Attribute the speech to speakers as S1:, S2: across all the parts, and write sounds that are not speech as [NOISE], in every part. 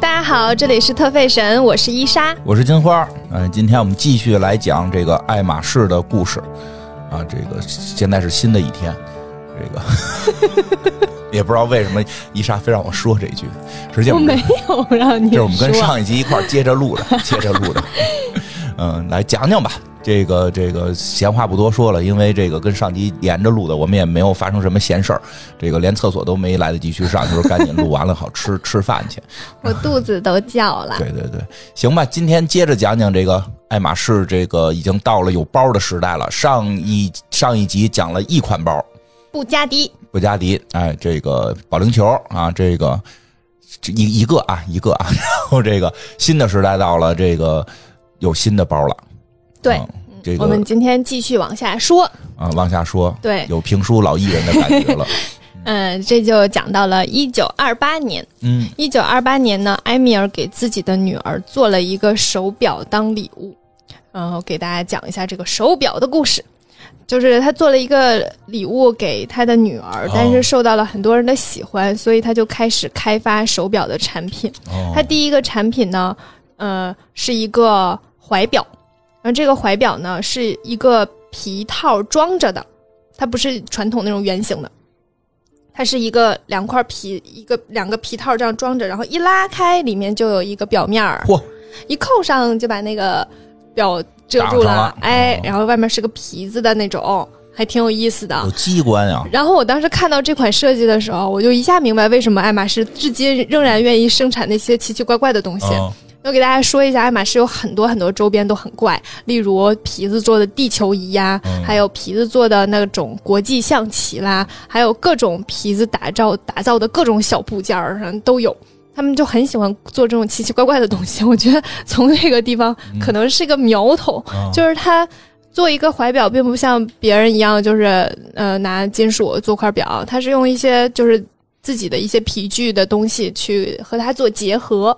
S1: 家好，这里是特费神，我是伊莎。
S2: 我是金花。嗯、今天我们继续来讲这个爱马仕的故事。啊，这个现在是新的一天，这个 [LAUGHS] 也不知道为什么伊莎非让我说这一句。实际
S1: 我
S2: 上
S1: 没有让你
S2: 这是我们跟
S1: 说
S2: 上一集一块儿接着录的，接着录
S1: [LAUGHS]
S2: 的。嗯，来讲讲吧。这个这个闲话不多说了，因为这个跟上集连着录的，我们也没有发生什么闲事儿。这个连厕所都没来得及去上，就是赶紧录完了，好吃吃饭去。
S1: 我肚子都叫了。
S2: 对对对，行吧，今天接着讲讲这个爱马仕，这个已经到了有包的时代了。上一上一集讲了一款包，
S1: 布加迪，
S2: 布加迪，哎，这个保龄球啊，这个这一一个啊，一个啊，然后这个新的时代到了，这
S1: [LAUGHS]
S2: 个有新的包了。
S1: 对
S2: 嗯这
S1: 我们
S2: 个
S1: 今天继续往下说。
S2: 啊，往下说，
S1: 对，
S2: 有评书老艺人的感觉
S1: [LAUGHS]
S2: 了。
S1: 嗯，这就讲到了一九二八年。
S2: 嗯，
S1: 一九二八年呢，埃米尔给自己的女儿做了一个手表当礼物。然后给大家讲一下这个手表的故事。就是他做了一个礼物给他的女儿
S2: 哦，
S1: 但是受到了很多人的喜欢，所以他就开始开发手表的产品。
S2: 哦
S1: 它，第一个产品呢，呃，是一个怀表，然后这个怀表呢是一个皮套装着的，它不是传统那种圆形的，它是一个两块皮，一个两个皮套这样装着，然后一拉开里面就有一个表面儿，
S2: 嚯，
S1: 一扣上就把那个表遮住
S2: 挡上了
S1: 哎
S2: 哦，
S1: 然后外面是个皮子的那种，还挺有意思的。
S2: 有机关啊呀、
S1: 然后我当时看到这款设计的时候，我就一下明白为什么爱马仕至今仍然愿意生产那些奇奇怪怪的东西。
S2: 嗯，
S1: 我给大家说一下，爱马仕有很多很多周边都很怪，例如皮子做的地球仪呀、
S2: 嗯
S1: 还有皮子做的那种国际象棋啦，还有各种皮子打造打造的各种小部件儿上都有。他们就很喜欢做这种奇奇怪怪的东西，我觉得从这个地方可能是个苗头，
S2: 嗯
S1: 就是它做一个怀表，并不像别人一样，就是呃拿金属做块表，它是用一些就是自己的一些皮具的东西去和它做结合，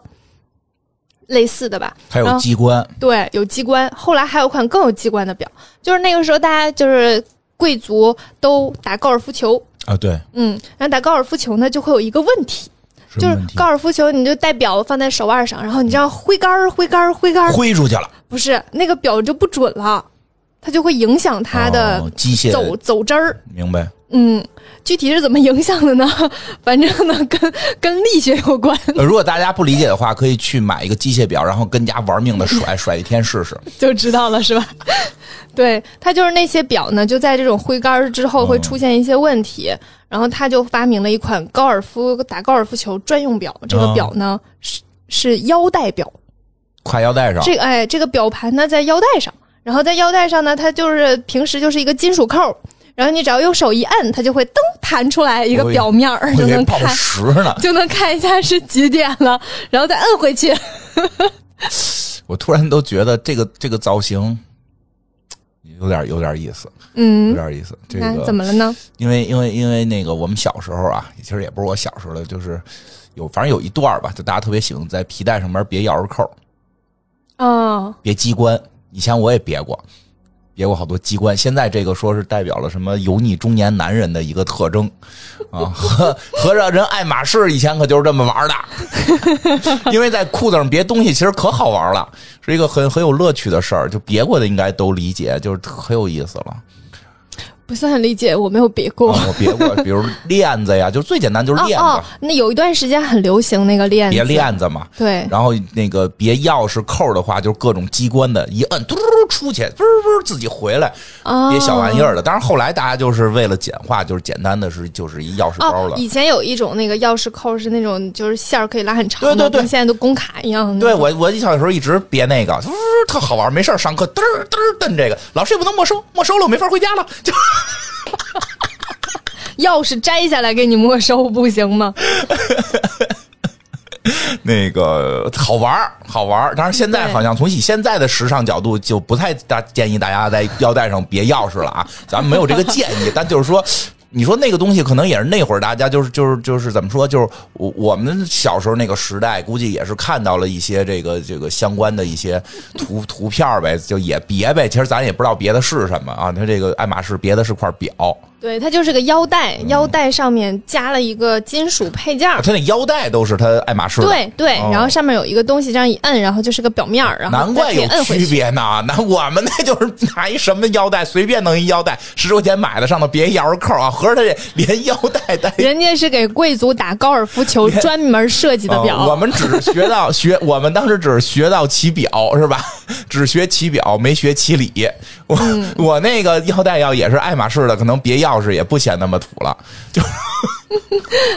S1: 类似的吧。
S2: 还有机关，
S1: 对，有机关。后来还有款更有机关的表，就是那个时候大家就是贵族都打高尔夫球，
S2: 啊，对，
S1: 嗯，然后打高尔夫球呢就会有一个问题，
S2: 什
S1: 就
S2: 么
S1: 是
S2: 问题
S1: 高尔夫球你就戴表放在手腕上，然后你这样挥杆儿挥杆儿挥杆儿，
S2: 挥出去了，
S1: 不是那个表就不准了，它就会影响它的
S2: 哦机械
S1: 走、走针儿。
S2: 明白？
S1: 嗯，具体是怎么影响的呢？ [LAUGHS] 反正呢，跟跟力学有关。
S2: 呃如果大家不理解的话，可以去买一个机械表，然后跟家玩命
S1: [LAUGHS]
S2: 的甩，甩一天试试。
S1: 就知道了，是吧？ [LAUGHS] 对，它就是那些表呢，就在这种挥杆儿之后会出现一些问题，然后他就发明了一款高尔夫打高尔夫球专用表。这个表呢、是是腰带表，
S2: 挎腰带上，
S1: 这个哎这个表盘呢在腰带上，然后在腰带上呢，它就是平时就是一个金属扣，然后你只要用手一摁，它就会噔弹出来一个
S2: 我以
S1: 表面儿，
S2: 我
S1: 就
S2: 以为
S1: 能
S2: 报
S1: 看
S2: 时呢。
S1: 就能看一下是几点了，然后再摁回去。
S2: 我突然都觉得这个这个造型有点有点意思，有
S1: 嗯，
S2: 点意思。这
S1: 那怎
S2: 个
S1: 么了呢？
S2: 因为因为因为那个我们小时候啊，其实也不是我小时候了，就是有反正有一段儿吧，就大家特别喜欢在皮带上面别钥匙扣、
S1: 哦，
S2: 别机关。以前我也别过。别过好多机关，现在这个说是代表了什么油腻中年男人的一个特征啊，合合着人爱马仕以前可就是这么玩的， [LAUGHS] 因为在裤子上别东西其实可好玩了，是一个很很有乐趣的事儿，就别过的应该都理解，就是很有意思了。
S1: 不是很理解，我没有别过。
S2: 啊、我别过，比如链子呀，就是最简单就是
S1: 哦
S2: 链子，
S1: 哦，那有一段时间很流行那个链子，
S2: 别链子嘛。
S1: 对，
S2: 然后那个别钥匙扣的话，就是各种机关的，一摁嘟嘟嘟出去，嘟嘟嘟自己回来，
S1: 哦
S2: 别小玩意儿了。当然后来大家就是为了简化，就是简单的是就是一钥匙包
S1: 哦
S2: 了，。
S1: 以前有一种那个钥匙扣是那种，就是线儿可以拉很长的，
S2: 对对对
S1: 跟现在的工卡一样的。
S2: 对，我，我小时候一直别那个，嘟嘟嘟特好玩，没事儿上课嘚儿嘚儿蹬这个，老师也不能没收，没收了我没法回家了，就
S1: 钥匙摘下来给你没收不行吗？
S2: 那个好玩儿，好玩儿。当然，现在好像从以现在的时尚角度，就不太大建议大家在腰带上别钥匙了啊。 [LAUGHS] 咱们没有这个建议，但就是说。你说那个东西可能也是那会儿大家就是就是就是怎么说，就是我我们小时候那个时代，估计也是看到了一些这个这个相关的一些图图片儿呗，就也别呗。其实咱也不知道别的是什么啊，它这个爱马仕别的是块表，
S1: 对，它就是个腰带，
S2: 嗯
S1: 腰带上面加了一个金属配件儿。
S2: 它那腰带都是它爱马啊仕的，
S1: 对对，
S2: 哦
S1: 然后上面有一个东西，这样一摁，然后就是个表面儿，然后
S2: 难怪
S1: 再给
S2: 有
S1: 摁回 [LAUGHS]
S2: 区
S1: 去。
S2: 别呢。 [LAUGHS] 那我们那就是拿一什么腰带，随便弄一腰带，十块钱买的，上头别一摇着扣啊。 [LAUGHS] 合着他这连腰带带
S1: 人家是给贵族打高尔夫球专门设计的表， [LAUGHS]
S2: 呃我们只是学到学，我们当时只是学到其表是吧？ [LAUGHS] 只学其表，没学其里。我、
S1: 嗯
S2: 我那个腰带要也是爱马仕的，可能别钥匙也不显那么土了。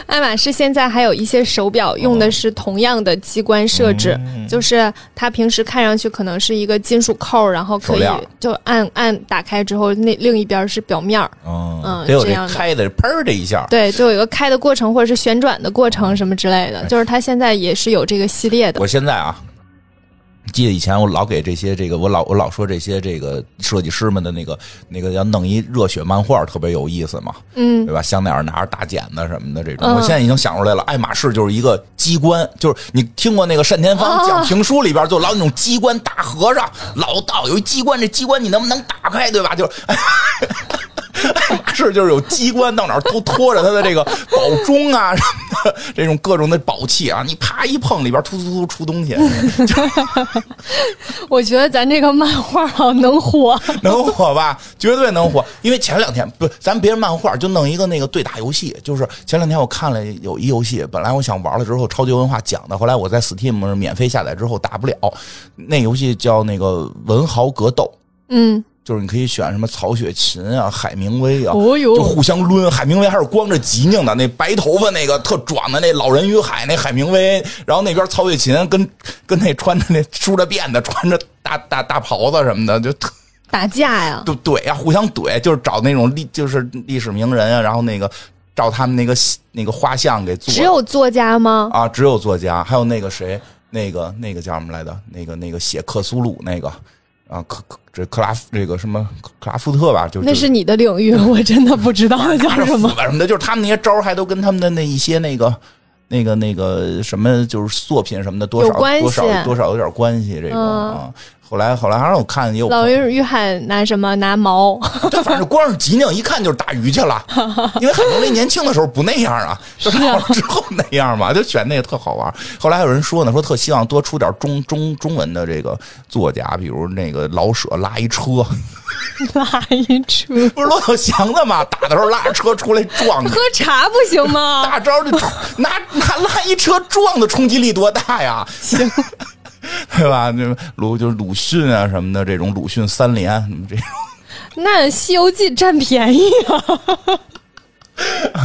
S1: 爱马仕现在还有一些手表用
S2: 嗯
S1: 的是同样的机关设置，就是它平时看上去可能是一个金属扣，然后可
S2: 手
S1: 以
S2: 链儿
S1: 就按按打开之后，那另一边是表面儿，
S2: 嗯
S1: 嗯
S2: 得有
S1: 这样的
S2: 开的喷儿这一下。 [LAUGHS]
S1: 对，就有一个开的过程或者是旋转的过程什么之类的，
S2: 哎
S1: 就是它现在也是有这个系列的。
S2: 我现在啊，记得以前我老给这些这个，我老我老说这些这个设计师们的那个那个要弄一热血漫画，特别有意思嘛，
S1: 嗯，
S2: 对吧？香奈儿拿着大剪子什么的这种，
S1: 嗯
S2: 我现在已经想出来了，爱马仕就是一个机关，就是你听过那个单田芳讲评书里边，就老有那种机关大和尚，老道有一机关，这机关你能不能打开，对吧？就是。 [LAUGHS] 爱马仕就是有机关，到哪儿都拖着它的这个宝钟啊什么的，这种各种的宝器啊，你啪一碰，里边突突突出东西， [LAUGHS]
S1: 我觉得咱这个漫画啊能火，
S2: 能火吧？绝对能火！因为前两天不，咱别人漫画就弄一个那个对打游戏，就是前两天我看了有一游戏，本来我想玩了之后，超级文化讲的，后来我在 Steam 上免费下载之后打不了，那游戏叫那个文豪格斗。
S1: 嗯，
S2: 就是你可以选什么曹雪芹啊、海明威啊，
S1: 哦呦
S2: 就互相抡。海明威还是光着脊梁的，那白头发那个特壮的那《老人与海》那海明威，然后那边曹雪芹跟跟那穿着那梳着辫子、穿着大大大袍子什么的，就特
S1: 打架呀，
S2: 就怼啊，互相怼，就是找那种历就是历史名人啊，然后那个照他们那个那个画像给做。
S1: 只有作家吗？
S2: 啊，只有作家，还有那个谁，那个那个叫什么来着？那个那个写克苏鲁那个啊，克克这克拉夫这个什么克克拉夫特吧，就
S1: 那
S2: 就是
S1: 你的领域，我真的不知道叫
S2: 拿着
S1: 什
S2: 斧 [LAUGHS]
S1: 么。
S2: 子什么的，就是他们那些招儿还都跟他们的那一些那个。那个、那个什么，就是作品什么的，多
S1: 有
S2: 少
S1: 关
S2: 多少
S1: 系
S2: 多少有点关系。这种、
S1: 嗯
S2: 啊，后来后来，还让我看也有
S1: 老人与海拿什么？拿 [LAUGHS] 毛。
S2: 对， [LAUGHS] 反正光是吉宁一看就是打鱼去 [LAUGHS] 了，因为海明威年轻的时候不那样 [LAUGHS] 啊，就老了之后那样嘛，就选那个特好玩。后来还有人说呢，说特希望多出点中中中文的这个作家，比如那个老舍拉一车，
S1: 拉一车，
S2: 不是罗小祥的嘛，打的时候拉着车出来撞 [LAUGHS] 你
S1: 喝。茶不行吗？
S2: 大招就拿拿拉一车撞的冲击力多大呀？ [LAUGHS] 行，对吧？就鲁就是鲁迅啊什么的，这种鲁迅三连什么这种。
S1: [LAUGHS] 那《西游记》占便宜啊！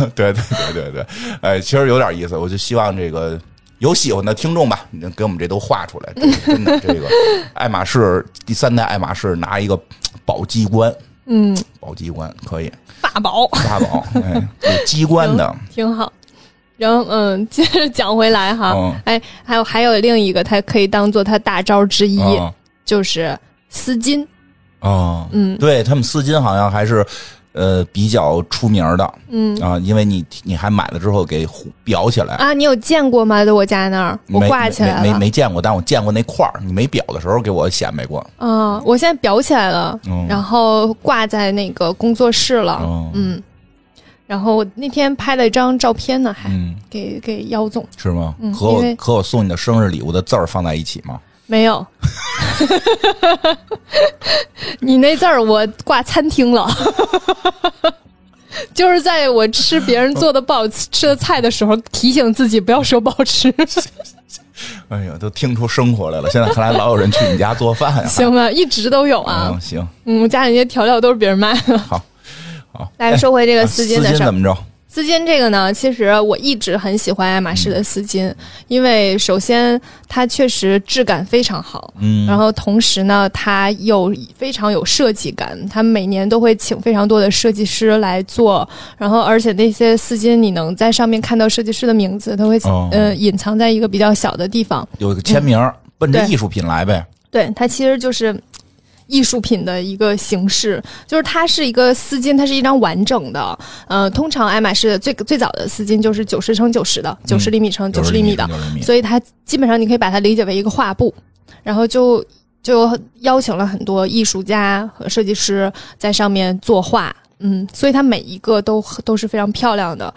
S2: [LAUGHS] 对对对对对，哎，其实有点意思，我就希望这个有喜欢的听众吧，你能给我们这都画出来，真的真的这个爱马仕第三代爱马仕拿一个宝鸡冠，
S1: 嗯，
S2: 宝鸡冠可以
S1: 法宝
S2: 大宝，哎，有机关的，
S1: 挺好。然后，嗯，接着讲回来哈，
S2: 嗯
S1: 哎，还有还有另一个，它可以当做它大招之一，
S2: 啊
S1: 就是丝巾。
S2: 啊，
S1: 嗯
S2: 对他们丝巾好像还是。呃，比较出名的
S1: 嗯
S2: 啊，因为你你还买了之后给糊裱起来，
S1: 啊，你有见过吗？在我家那儿，我
S2: 没
S1: 挂起来了。
S2: 没没没见过，但我见过那块儿，你没裱的时候给我显摆过，
S1: 嗯，我现在裱起来了，
S2: 嗯
S1: 然后挂在那个工作室了。
S2: 哦
S1: 嗯，然后我那天拍了一张照片呢，还、
S2: 嗯，
S1: 给给姚总
S2: 是吗？
S1: 嗯
S2: 和
S1: 因
S2: 我
S1: 为
S2: 和我送你的生日礼物的字儿放在一起吗？
S1: 没有。 [LAUGHS] 你那字儿我挂餐厅了， [LAUGHS] 就是在我吃别人做的不好吃吃的菜的时候，提醒自己不要说不好吃， [LAUGHS]
S2: 哎呀，都听出生活来了。现在看来老有人去你家做饭呀、
S1: [LAUGHS] 行吧？一直都有啊
S2: 嗯，，行，
S1: 嗯，我家里那些调料都是别人卖的。
S2: 好，好。
S1: 来说回这
S2: 哎
S1: 个丝巾的事儿
S2: 怎，么着？
S1: 丝巾这个呢，其实我一直很喜欢爱马仕的丝巾，因为首先它确实质感非常好，
S2: 嗯，
S1: 然后同时呢，它又非常有设计感。它每年都会请非常多的设计师来做，然后而且那些丝巾你能在上面看到设计师的名字，它会、
S2: 哦
S1: 呃隐藏在一个比较小的地方。
S2: 有一个签名儿，奔着
S1: 嗯对
S2: 艺术品来呗。
S1: 对，它其实就是。艺术品的一个形式，就是它是一个丝巾，它是一张完整的。呃，通常爱马仕的最最早的丝巾就是九十乘九十的，九十厘米乘九十嗯厘米的，
S2: 90厘米，
S1: 所以它基本上你可以把它理解为一个画布，然后就就邀请了很多艺术家和设计师在上面作画。嗯，所以它每一个都都是非常漂亮的。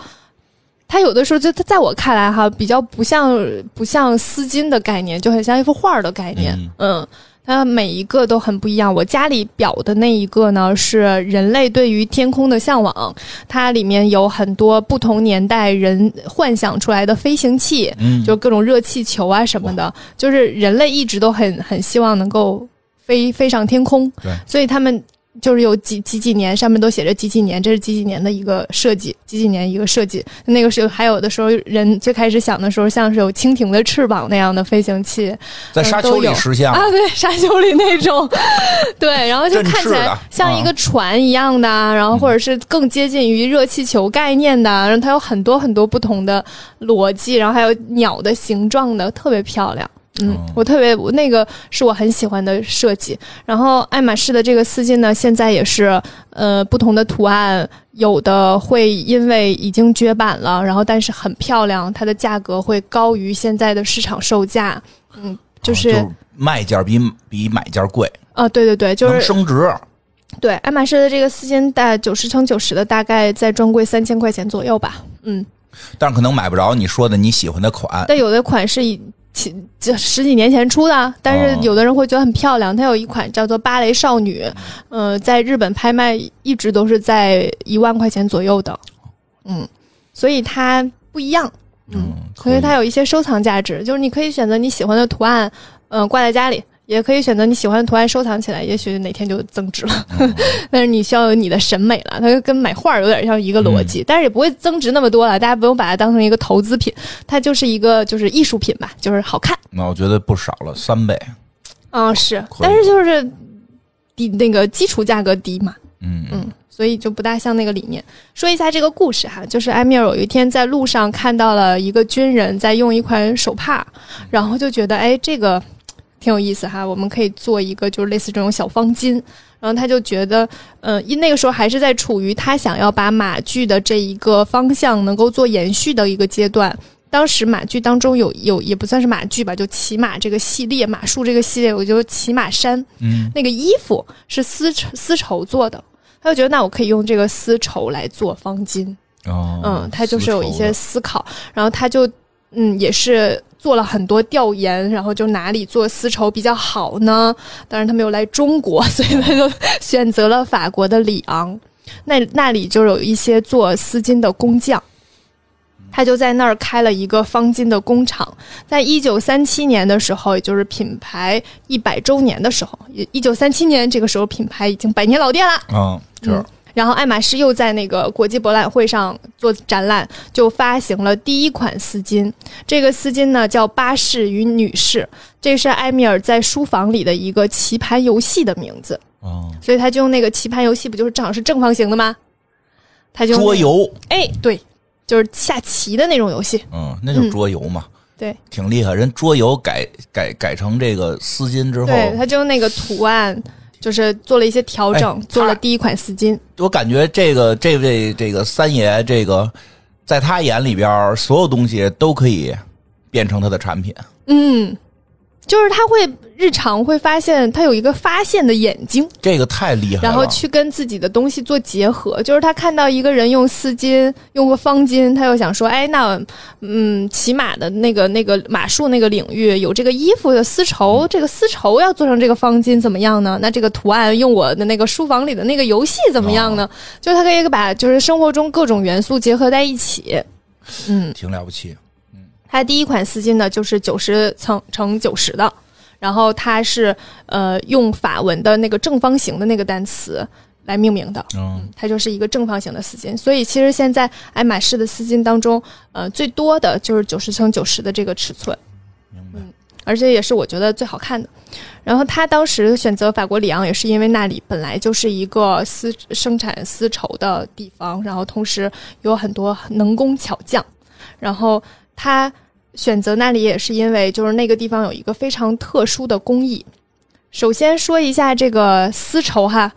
S1: 它有的时候就它在我看来哈，比较不像不像丝巾的概念，就很像一幅画儿的概念。嗯它每一个都很不一样。我家里裱的那一个呢，是人类对于天空的向往，它里面有很多不同年代人幻想出来的飞行器，
S2: 嗯，
S1: 就各种热气球啊什么的，就是人类一直都很很希望能够飞飞上天空
S2: 对，
S1: 所以他们就是有几几几年上面都写着几几年，这是几几年的一个设计，几几年一个设计。那个时候还有的时候人最开始想的时候，像是有蜻蜓的翅膀那样的飞行器
S2: 在沙
S1: 嗯
S2: 丘
S1: 都
S2: 里
S1: 有
S2: 实现了
S1: 啊，对，沙丘里那种，对，然后就
S2: 振翅
S1: 看起来
S2: 的嗯
S1: 像一个船一样的啊，然后或者是更接近于热气球概念的啊，然后它有很多很多不同的逻辑，然后还有鸟的形状的，特别漂亮。嗯
S2: 哦，
S1: 我特别我那个是我很喜欢的设计。然后爱马仕的这个丝巾呢，现在也是呃不同的图案，有的会因为已经绝版了，然后但是很漂亮，它的价格会高于现在的市场售价。嗯，就是、
S2: 哦就是卖价比比买价贵，
S1: 啊，对对对，就
S2: 能
S1: 是
S2: 升值。
S1: 对爱马仕的这个丝巾大九十乘九十的，大概在专柜三千块钱左右吧。嗯，
S2: 但可能买不着你说的你喜欢的款。
S1: 但有的款是以几这十几年前出的，但
S2: 哦
S1: 是有的人会觉得很漂亮。它有一款叫做芭蕾少女，
S2: 嗯
S1: 呃，在日本拍卖一直都是在一万块钱左右的。嗯，所以它不一样，
S2: 嗯，
S1: 所以它有一些收藏价值，就是你可以选择你喜欢的图案，嗯、挂在家里。也可以选择你喜欢的图案收藏起来，也许哪天就增值了。
S2: 哦
S1: [LAUGHS] 但是你需要有你的审美了，它跟买画儿有点像一个逻
S2: 嗯
S1: 辑，但是也不会增值那么多了。大家不用把它当成一个投资品，它就是一个就是艺术品吧，就是好看。
S2: 那我觉得不少了，三倍。
S1: 嗯，是
S2: 哦可以，
S1: 但是就是低那个基础价格低嘛，
S2: 嗯
S1: 嗯，所以就不大像那个理念。说一下这个故事哈，就是埃米尔有一天在路上看到了一个军人在用一款手帕，然后就觉得哎，这个挺有意思哈，我们可以做一个就是类似这种小方巾。然后他就觉得，嗯、因那个时候还是在处于他想要把马具的这一个方向能够做延续的一个阶段。当时马具当中有有也不算是马具吧，就骑马这个系列，马术这个系列，我就骑马衫，
S2: 嗯，
S1: 那个衣服是丝绸丝绸做的，他就觉得那我可以用这个丝绸来做方巾。
S2: 哦，
S1: 嗯，他就是有一些
S2: 丝
S1: 思考，然后他就嗯也是做了很多调研，然后就哪里做丝绸比较好呢？当然他没有来中国， [LAUGHS] 所以他就选择了法国的里昂，那那里就有一些做丝巾的工匠。
S2: 嗯
S1: 他就在那儿开了一个方巾的工厂，在一九三七年的时候，也就是品牌一百周年的时候，一九三七年这个时候品牌已经百年老店了，
S2: 绸的嗯，是
S1: 嗯，然后爱马仕又在那个国际博览会上做展览，就发行了第一款丝巾。这个丝巾呢叫巴士与女士，这是埃米尔在书房里的一个棋盘游戏的名字，
S2: 哦，
S1: 所以他就用那个棋盘游戏，不就是正好是正方形的吗？他就用那
S2: 桌
S1: 个，
S2: 游，
S1: 哎，对，就是下棋的那种游戏。
S2: 嗯，那就是桌游嘛，
S1: 对
S2: 挺厉害。人桌游改改改成这个丝巾之后，
S1: 对，他就用那个图案，就是做了一些调整，
S2: 哎
S1: 做了
S2: 他
S1: 第一款丝巾。
S2: 我感觉这个这位这个三爷这个，在他眼里边儿，所有东西都可以变成他的产品。
S1: 嗯，就是他会日常会发现他有一个发现的眼睛。
S2: 这个太厉害了，
S1: 然后去跟自己的东西做结合，就是他看到一个人用丝巾、用个方巾，他又想说，哎，那嗯，骑马的那个那个马术那个领域有这个衣服的丝
S2: 嗯
S1: 绸，这个丝绸要做成这个方巾怎么样呢？那这个图案用我的那个书房里的那个游戏怎么样呢？
S2: 啊
S1: 就是他可以把就是生活中各种元素结合在一起。嗯，
S2: 挺了不起。
S1: 它第一款丝巾呢就是九十乘乘九十的，然后它是呃用法文的那个正方形的那个单词来命名的。
S2: 嗯，
S1: 它就是一个正方形的丝巾，所以其实现在爱马仕的丝巾当中，呃，最多的就是九十乘九十的这个尺寸，
S2: 明
S1: 嗯
S2: 白。
S1: 而且也是我觉得最好看的。然后他当时选择法国里昂，也是因为那里本来就是一个丝生产丝绸的地方，然后同时有很多能工巧匠。然后他选择那里也是因为就是那个地方有一个非常特殊的工艺。首先说一下这个丝绸哈，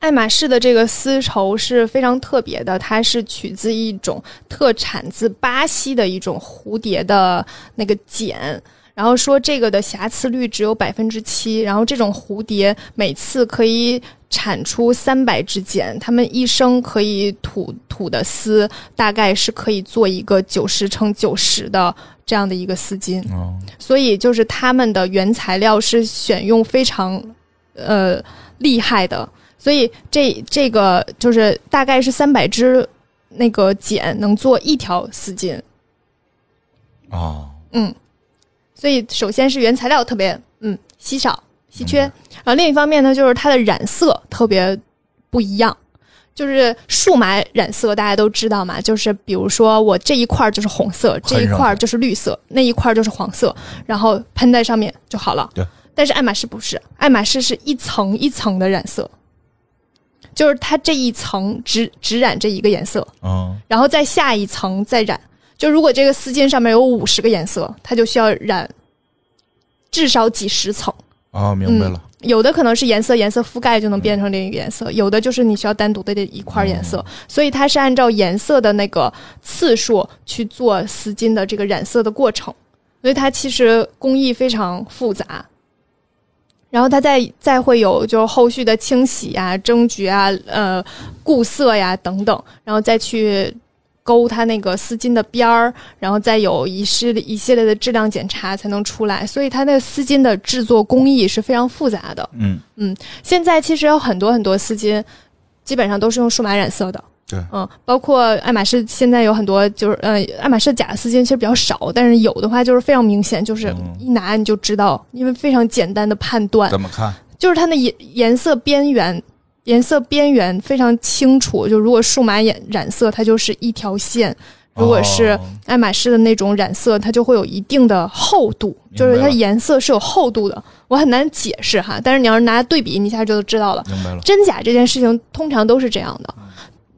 S1: 爱马仕的这个丝绸是非常特别的，它是取自一种特产自巴西的一种蝴蝶的那个茧。然后说这个的瑕疵率只有百分之七，然后这种蝴蝶每次可以产出三百只茧，它们一生可以吐吐的丝大概是可以做一个九十乘九十的这样的一个丝巾，
S2: 哦
S1: 所以就是它们的原材料是选用非常呃厉害的，所以这这个就是大概是三百只那个茧能做一条丝巾，
S2: 哦，
S1: 嗯，所以首先是原材料特别嗯稀少稀缺，然后另一方面呢，就是它的染色特别不一样。就是数码染色，大家都知道嘛，就是比如说我这一块儿就是红色，这一块儿就是绿色，那一块儿就是黄色，然后喷在上面就好了。
S2: 对。
S1: 但是爱马仕不是，爱马仕是一层一层的染色，就是它这一层只只染这一个颜色。
S2: 嗯，
S1: 然后再下一层再染。就如果这个丝巾上面有五十个颜色，它就需要染至少几十层。嗯
S2: 哦，明白了。
S1: 有的可能是颜色颜色覆盖就能变成另一个颜色，有的就是你需要单独的这一块颜色。所以它是按照颜色的那个次数去做丝巾的这个染色的过程，所以它其实工艺非常复杂。然后它再再会有就是后续的清洗啊、蒸焗啊、呃固色呀等等，然后再去勾它那个丝巾的边儿，然后再有一系列一系列的质量检查才能出来。所以它那个丝巾的制作工艺是非常复杂的。
S2: 嗯，
S1: 现在其实有很多很多丝巾，基本上都是用数码染色的。
S2: 对
S1: 嗯，包括爱马仕现在有很多，就是呃，爱马仕假的丝巾其实比较少，但是有的话就是非常明显，就是
S2: 嗯
S1: 一拿你就知道，因为非常简单的判断，
S2: 怎么看？
S1: 就是它的颜颜色边缘，颜色边缘非常清楚。就如果数码染染色，它就是一条线；如果是
S2: 哦
S1: 爱马仕的那种染色，它就会有一定的厚度，
S2: 明白
S1: 就
S2: 了
S1: 是它颜色是有厚度的。我很难解释哈，但是你要是拿对比，你一下就知道了。
S2: 明白了，嗯
S1: 真假这件事情通常都是这样的。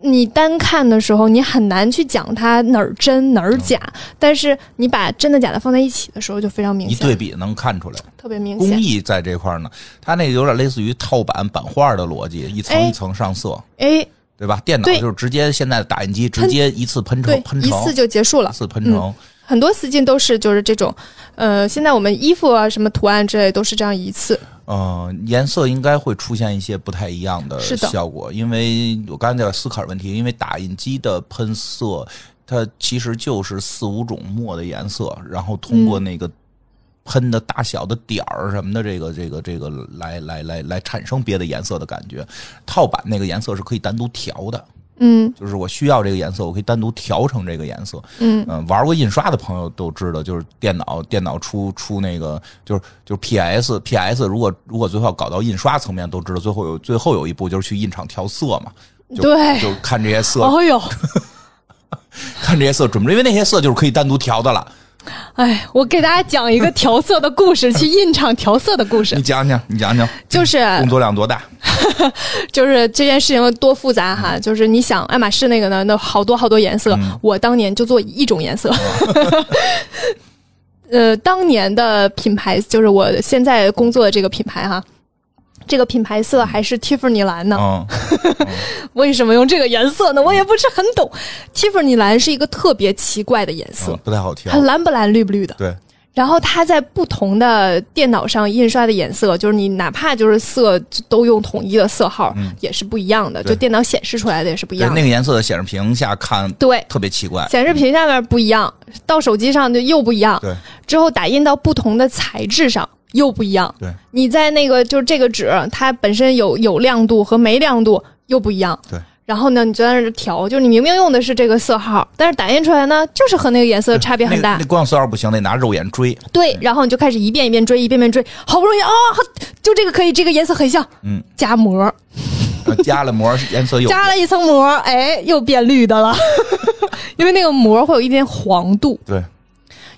S1: 你单看的时候，你很难去讲它哪儿真哪儿假，但是你把真的假的放在一起的时候，就非常明
S2: 嗯一
S1: 显，
S2: 对比能看出来。
S1: 特别明
S2: 工
S1: 显。
S2: 艺在这块儿呢，它那个有点类似于套版版画的逻辑，一层
S1: 哎
S2: 一层上色，
S1: 哎，
S2: 对吧？电脑
S1: 对
S2: 就是直接现在的打印机直接一次喷
S1: 对
S2: 成，喷
S1: 一
S2: 成，
S1: 次就嗯结束了
S2: 一。次喷成，
S1: 很多丝巾都是就是这种，呃，现在我们衣服啊什么图案之类都是这样一次，
S2: 呃，颜色应该会出现一些不太一样的
S1: 是的
S2: 效果，因为我刚才在思考问题，因为打印机的喷色，它其实就是四五种墨的颜色，然后通过那
S1: 嗯
S2: 个喷的大小的点儿什么的，这个这个这个来来来来产生别的颜色的感觉。套版那个颜色是可以单独调的，
S1: 嗯
S2: 就是我需要这个颜色，我可以单独调成这个颜色。
S1: 嗯，
S2: 嗯，玩过印刷的朋友都知道，就是电脑电脑出出那个，就是就是 PS PS，如果如果最后搞到印刷层面，都知道最后有最后有一步就是去印厂调
S1: [LAUGHS]
S2: 色嘛，就
S1: 对，
S2: 就看这些色，
S1: 哦呦，
S2: 看这些色准备，因为那些色就是可以单独调的了。
S1: 哎，我给大家讲一个调色的故事，去印厂调色的故事
S2: 你，讲讲，你讲讲，
S1: 就是
S2: 工作量多大？
S1: 就是这件事情多复杂
S2: 嗯
S1: 哈，就是你想爱马仕那个呢，那好多好多颜色，我当年就做一种颜色。
S2: 哦
S1: [LAUGHS] 呃，当年的品牌就是我现在工作的这个品牌哈，这个品牌色还是蒂芙尼蓝呢。 [LAUGHS]
S2: 嗯，
S1: 为什么用这个颜色呢？我也不是很懂。蒂芙尼蓝是一个特别奇怪的颜色
S2: 嗯，不太好调
S1: 它。蓝不蓝、绿不绿的。
S2: 对，
S1: 然后它在不同的电脑上印刷的颜色，就是你哪怕就是色都用统一的色号，也是不一样的，
S2: 嗯对
S1: 就电脑显示出来的也是不一
S2: 对
S1: 样
S2: 那
S1: 的。
S2: 个颜色的显示屏下看
S1: 对，
S2: 特别奇怪。
S1: 显示屏下面不一样，到手机上就又不一样。
S2: 对
S1: 之后打印到不同的材质上又不一样。
S2: 对
S1: 你在那个就是这个纸，它本身有有亮度和没亮度又不一样。
S2: 对。
S1: 然后呢，你就在那儿调，就是你明明用的是这个色号，但是打印出来呢，就是和那个颜色差别很大。
S2: 那那光有色号不行，得拿肉眼追。
S1: 对，然后你就开始一遍一遍追，一遍遍追，好不容易啊、就这个可以，这个颜色很像，
S2: 嗯，
S1: 加膜，
S2: 呃加了膜， [LAUGHS] 颜色又
S1: 加了一层膜，哎，又变绿的了， [LAUGHS] 因为那个膜会有一点黄度，
S2: 对。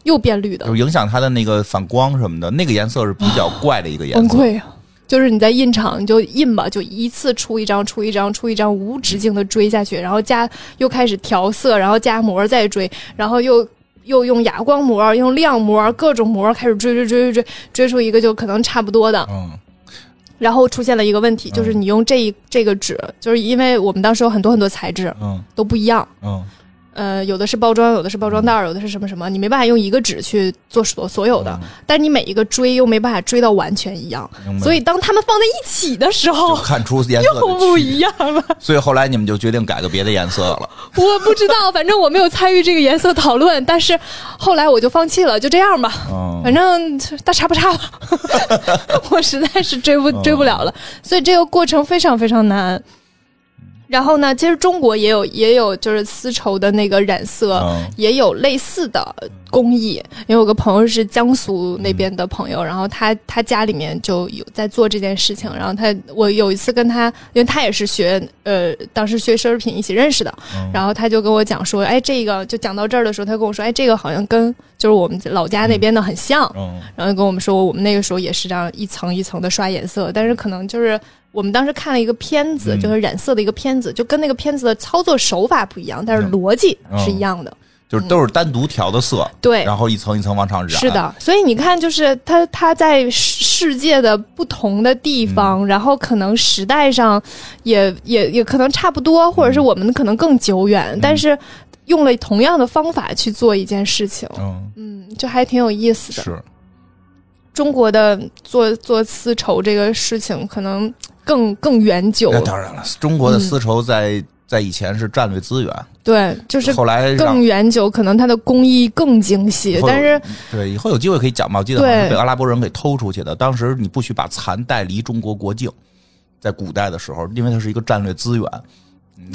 S1: 又变绿的
S2: 就，影响它的那个反光什么的，那个颜色是比较怪的一个颜
S1: 崩
S2: 色。
S1: 溃啊！就是你在印厂你就印吧，就一次出一张，出一张，出一张，无止境的追下去，然后加又开始调色，然后加膜再追，然后又又用哑光膜、用亮膜、各种膜开始追追追追追，追出一个就可能差不多的，
S2: 嗯，
S1: 然后出现了一个问题，就是你用这一这个纸，就是因为我们当时有很多很多材质
S2: 嗯
S1: 都不一样，
S2: 嗯
S1: 呃，有的是包装，有的是包装袋，有的是什么什么，你没办法用一个纸去做所所有
S2: 嗯
S1: 的，但你每一个追又没办法追到完全一样，
S2: 明白
S1: 所以当它们放在一起的时
S2: 嗯就
S1: 候。
S2: 看出颜色
S1: [LAUGHS]
S2: 的
S1: 又不
S2: 区别
S1: 一样了，
S2: 所以后来你们就决定改个别的颜色了。
S1: 我不知道，反正我没有参与这个颜色讨论，但是后来我就放弃了，就这样吧。
S2: [LAUGHS] 嗯，
S1: 反正大差不差吧， [LAUGHS] 我实在是追
S2: 嗯
S1: 不追不了了，所以这个过程非常非常难。然后呢，其实中国也有也有就是丝绸的那个染色，
S2: 嗯
S1: 也有类似的工艺。因为我有个朋友是江苏那边的朋友，然后他他家里面就有在做这件事情。然后他我有一次跟他，因为他也是学呃当时学奢侈品一起认识的，然后他就跟我讲说，哎，这个就讲到这儿的时候，他跟我说，哎，这个好像跟就是我们老家那边的很像。
S2: 嗯，
S1: 然后跟我们说，我们那个时候也是这样一层一层的刷颜色，但是可能就是我们当时看了一个片子，
S2: 嗯
S1: 就是染色的一个片子，就跟那个片子的操作手法不一样，哦但是逻辑是一样的。
S2: 就是都是单独调的色，
S1: 嗯对，
S2: 然后一层一层往上染。
S1: 是，的，所以你看，就是它它在世世界的不同的地
S2: 嗯
S1: 方，然后可能时代上也也也可能差不多，或者
S2: 嗯
S1: 是我们可能更久远，但是用了同样的方法去做一件事情，
S2: 嗯，
S1: 嗯，就还挺有意思的。
S2: 是
S1: 中国的做做丝绸这个事情可能更更远久
S2: 那，当然了，中
S1: 嗯
S2: 国的丝绸在在以前是战略资源，
S1: 对，就是
S2: 后来让
S1: 更远久，可能它的工艺更精细
S2: 以，后
S1: 但是
S2: 对以后有机会可以讲吧。我记得好像是
S1: 对
S2: 被阿拉伯人给偷出去的，当时你不许把蚕带离中国国境，在古代的时候，因为它是一个战略资源。嗯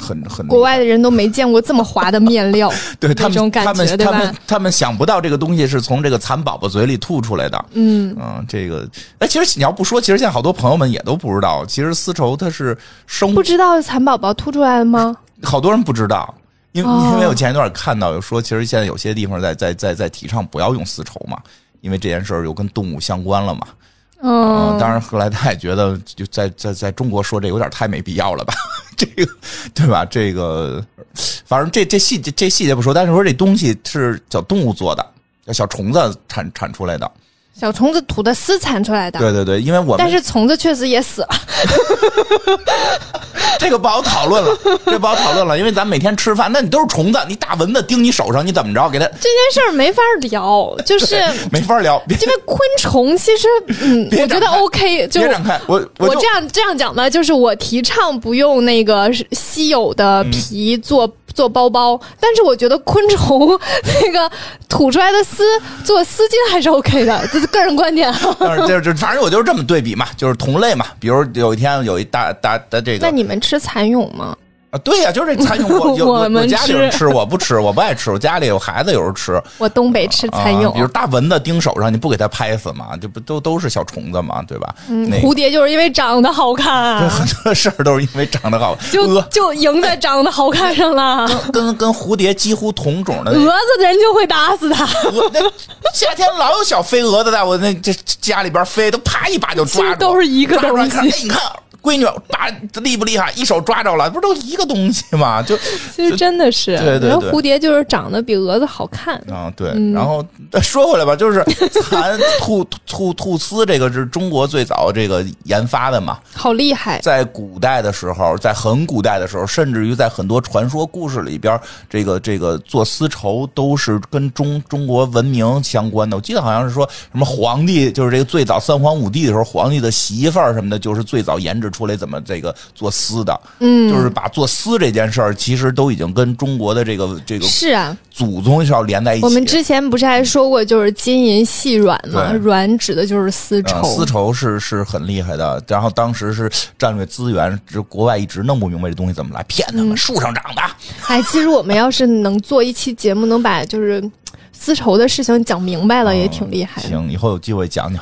S2: 很很
S1: 国外的人都没见过这么滑的面
S2: [LAUGHS]
S1: 料，
S2: 对他
S1: 那种
S2: 们，
S1: 感
S2: 他们
S1: 觉，对
S2: 他
S1: 吧
S2: 们，他们想不到这个东西是从这个蚕宝宝嘴里吐出来的。
S1: 嗯，
S2: 嗯，这个，哎，其实你要不说，其实现在好多朋友们也都不知道，其实丝绸它是生物
S1: 不，知道蚕宝宝凸出来了吗？
S2: 好多人不知道，因为、
S1: 哦
S2: 因为我前一段看到有说，其实现在有些地方在在在在提倡不要用丝绸嘛，因为这件事儿又跟动物相关了嘛。嗯，
S1: 嗯，
S2: 当然后来他也觉得就在在在中国说这有点太没必要了吧，这个对吧？这个反正这这细节这细节不说，但是说这东西是小动物做的，小虫子产产出来的。
S1: 小虫子吐的丝蚕出来的，
S2: 对对对，因为我们
S1: 但是虫子确实也死了。
S2: 这个不好讨论了，这不好讨论了，因为咱每天吃饭，那你都是虫子，你大蚊子叮你手上，你怎么着给它
S1: 这件事儿没法聊，就是
S2: 没法聊，别
S1: 因为昆虫其实，嗯，
S2: 别
S1: 我觉
S2: 展
S1: 得
S2: 开
S1: OK，就
S2: 别展开，我
S1: 我
S2: 就
S1: 这样这样讲吧，就是我提倡不用那个稀有的
S2: 嗯
S1: 皮做、做包包，但是我觉得昆虫 [LAUGHS] 那个吐出来的丝做丝巾还是 OK 的，这是个人观点啊。
S2: 但是呃就是反正我就是这么对比嘛，就是同类嘛，比如有一天有一大大的这个
S1: 那你们吃蚕蛹吗？
S2: 啊，对呀、就是这蚕蛹，
S1: [LAUGHS]
S2: 我有
S1: 我
S2: 我
S1: 们
S2: 家里有人
S1: 吃
S2: 吃，我不吃，我不爱吃，我家里有孩子有
S1: [LAUGHS]
S2: 人吃
S1: 我东北吃蚕蛹，
S2: 啊比如大蚊子叮手上，你不给它拍死嘛？这不都都是小虫子嘛，对吧？
S1: 嗯
S2: 那个
S1: 蝴蝶就是因为长得好看
S2: 这
S1: 啊，
S2: [LAUGHS] 很多事儿都是因为长得好，
S1: 就
S2: 鹅
S1: 就赢在长得好看上了。
S2: 跟跟蝴蝶几乎同种的
S1: 蛾
S2: 那
S1: 子的人就会打死它，
S2: 鹅，那夏天老有小飞蛾子在我那这家里边飞，都啪一把就
S1: 其
S2: 抓
S1: 实
S2: 住，
S1: 都是一个
S2: 抓住
S1: 东
S2: 来看，哎
S1: 西，，
S2: 你看闺女把厉不厉害？一手抓着了，不是都一个东西嘛？
S1: [LAUGHS]
S2: 就
S1: [LAUGHS] 其实真的是。
S2: 对对对
S1: 然后蝴蝶就是长得比蛾子好看，
S2: 啊，对，
S1: 嗯
S2: 然后呃说回来吧，就是
S1: [LAUGHS]
S2: 蚕吐吐吐丝，这个是中国最早这个研发的嘛，
S1: 好厉害。
S2: 在古代的时候，在很古代的时候，甚至于在很多传说故事里边，这个这个做丝绸都是跟中中国文明相关的。我记得好像是说什么皇帝，就是这个最早三皇五帝的时候，皇帝的媳妇儿什么的，就是最早研制出来怎么这个做丝的，嗯，就是把做丝这件事儿，其实都已经跟中国的这个这个
S1: 是啊，
S2: 祖宗是要连在一起的。
S1: 我们之前不是还说过，就是金银细软嘛，
S2: 对
S1: 软指的就是丝绸。
S2: 啊，丝绸是是很厉害的，然后当时是战略资源，这国外一直弄不明白这东西怎么来，骗他
S1: 嗯
S2: 们树上长的，
S1: 哎，其实我们要是能做一期节目，能把就是丝绸的事情讲明白了，也挺厉害的。
S2: 啊
S1: 嗯
S2: 行，以后有机会讲讲，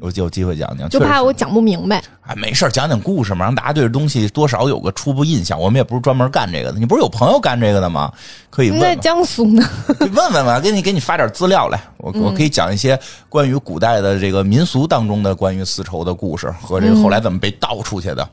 S2: 有有机会讲讲，
S1: 就
S2: 确实
S1: 怕
S2: 是
S1: 我讲不明白，
S2: 哎没事儿讲讲故事嘛，让大家对这东西多少有个初步印象。我们也不是专门干这个的，你不是有朋友干这个的吗？可以问
S1: 那
S2: 问
S1: 江苏呢？
S2: 可以问问吧，给你给你发点资料来，我我
S1: 嗯
S2: 可以讲一些关于古代的这个民俗当中的关于丝
S1: 嗯
S2: 绸的故事和这个后来怎么被盗出去的，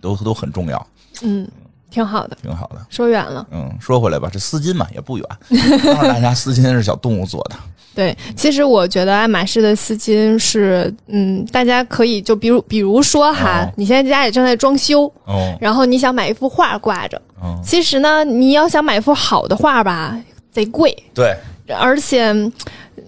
S2: 都都很重要。
S1: 嗯，挺好的。
S2: 挺好的。
S1: 说远了，
S2: 嗯，说回来吧，这丝巾嘛也不远， [LAUGHS] 告诉大家丝巾是小动物做的，
S1: 对，其实我觉得爱马仕的丝巾是，嗯，大家可以就比如比如说哈，
S2: 哦
S1: 你现在家里正在装修，
S2: 哦
S1: 然后你想买一幅画挂着，
S2: 哦，
S1: 其实呢，你要想买一幅好的画吧，贼贵，
S2: 对，
S1: 而且，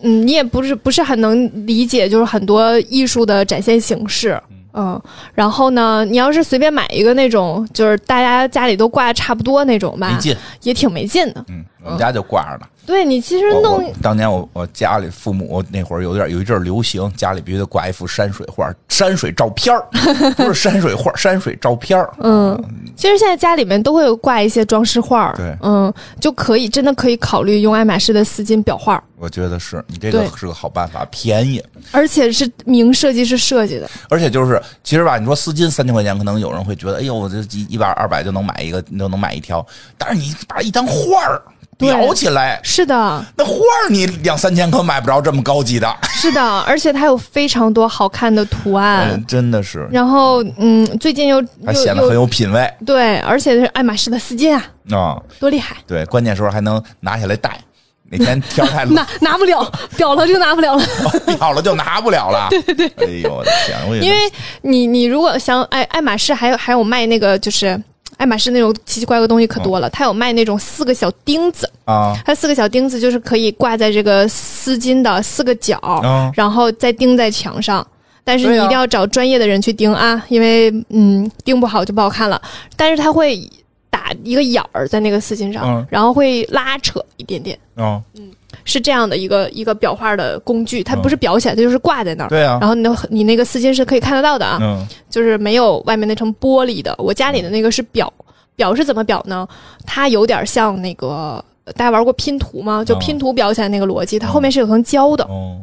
S1: 嗯，你也不是不是很能理解，就是很多艺术的展现形式。嗯，然后呢，你要是随便买一个那种，就是大家家里都挂得差不多那种
S2: 没
S1: 吧，
S2: 劲，
S1: 也挺没劲的。
S2: 嗯，我们家就挂着呢。
S1: 对你其实
S2: 我
S1: 弄
S2: 我当年我我家里父母我那会儿有点有一阵儿流行，家里必须得挂一幅山水画、山水照
S1: [LAUGHS]
S2: 片儿，不是山水画、山水照片儿。
S1: 嗯，其实现在家里面都会有挂一些装饰画儿，
S2: 对
S1: 嗯，就可以真的可以考虑用爱马仕的丝巾裱画儿，
S2: 我觉得是你这个
S1: 对
S2: 是个好办法，便宜，
S1: 而且是名设计师设计的，
S2: 而且就是其实吧，你说丝巾三千块钱，可能有人会觉得，哎呦，我这一一百二百就能买一个，就能买一条，但是你把一张画儿
S1: 对
S2: 裱起来，
S1: 是
S2: [LAUGHS]
S1: 的，
S2: 那画儿你两三千可买不着这么高级的，
S1: 是的，而且它有非常多好看的图案，
S2: 嗯，真的是，
S1: 然后嗯，最近又
S2: 还
S1: 又
S2: 显得很
S1: 又
S2: 有品位
S1: 对，而且是爱马仕的丝巾啊，
S2: 啊、
S1: 多厉
S2: [LAUGHS]
S1: 害！
S2: 对，关键时候还能拿下来戴。哪天天
S1: [LAUGHS]
S2: 儿太冷
S1: 拿拿不了，裱了就拿不了 [LAUGHS] 了，
S2: 掉了就拿不了
S1: [LAUGHS]
S2: 了。对对对，哎呦我的天，我也
S1: 因为你你如果想爱爱马仕还有还有卖那个就是。爱马仕那种奇奇怪怪的东西可多了，
S2: 嗯
S1: 它有卖那种四个小钉子，
S2: 啊，
S1: 它四个小钉子就是可以挂在这个丝巾的四个角，
S2: 嗯
S1: 然后再钉在墙上。但是你
S2: 对
S1: 一
S2: 啊
S1: 定要找专业的人去钉啊，因为嗯，钉不好就不好看了。但是它会打一个眼儿在那个丝巾上，
S2: 嗯
S1: 然后会拉扯一点点，
S2: 啊，
S1: 是这样的一个一个裱画的工具。它不是裱起来，它就是挂在那儿。
S2: 嗯对啊
S1: 然，后你的你那个丝巾是可以看得到的啊，
S2: 嗯，
S1: 就是没有外面那层玻璃的。我家里的那个是裱，裱是怎么裱呢？它有点像那个大家玩过拼图吗？就
S2: 哦
S1: 拼图裱起来那个逻
S2: 嗯
S1: 辑，它后面是有层胶的，
S2: 哦，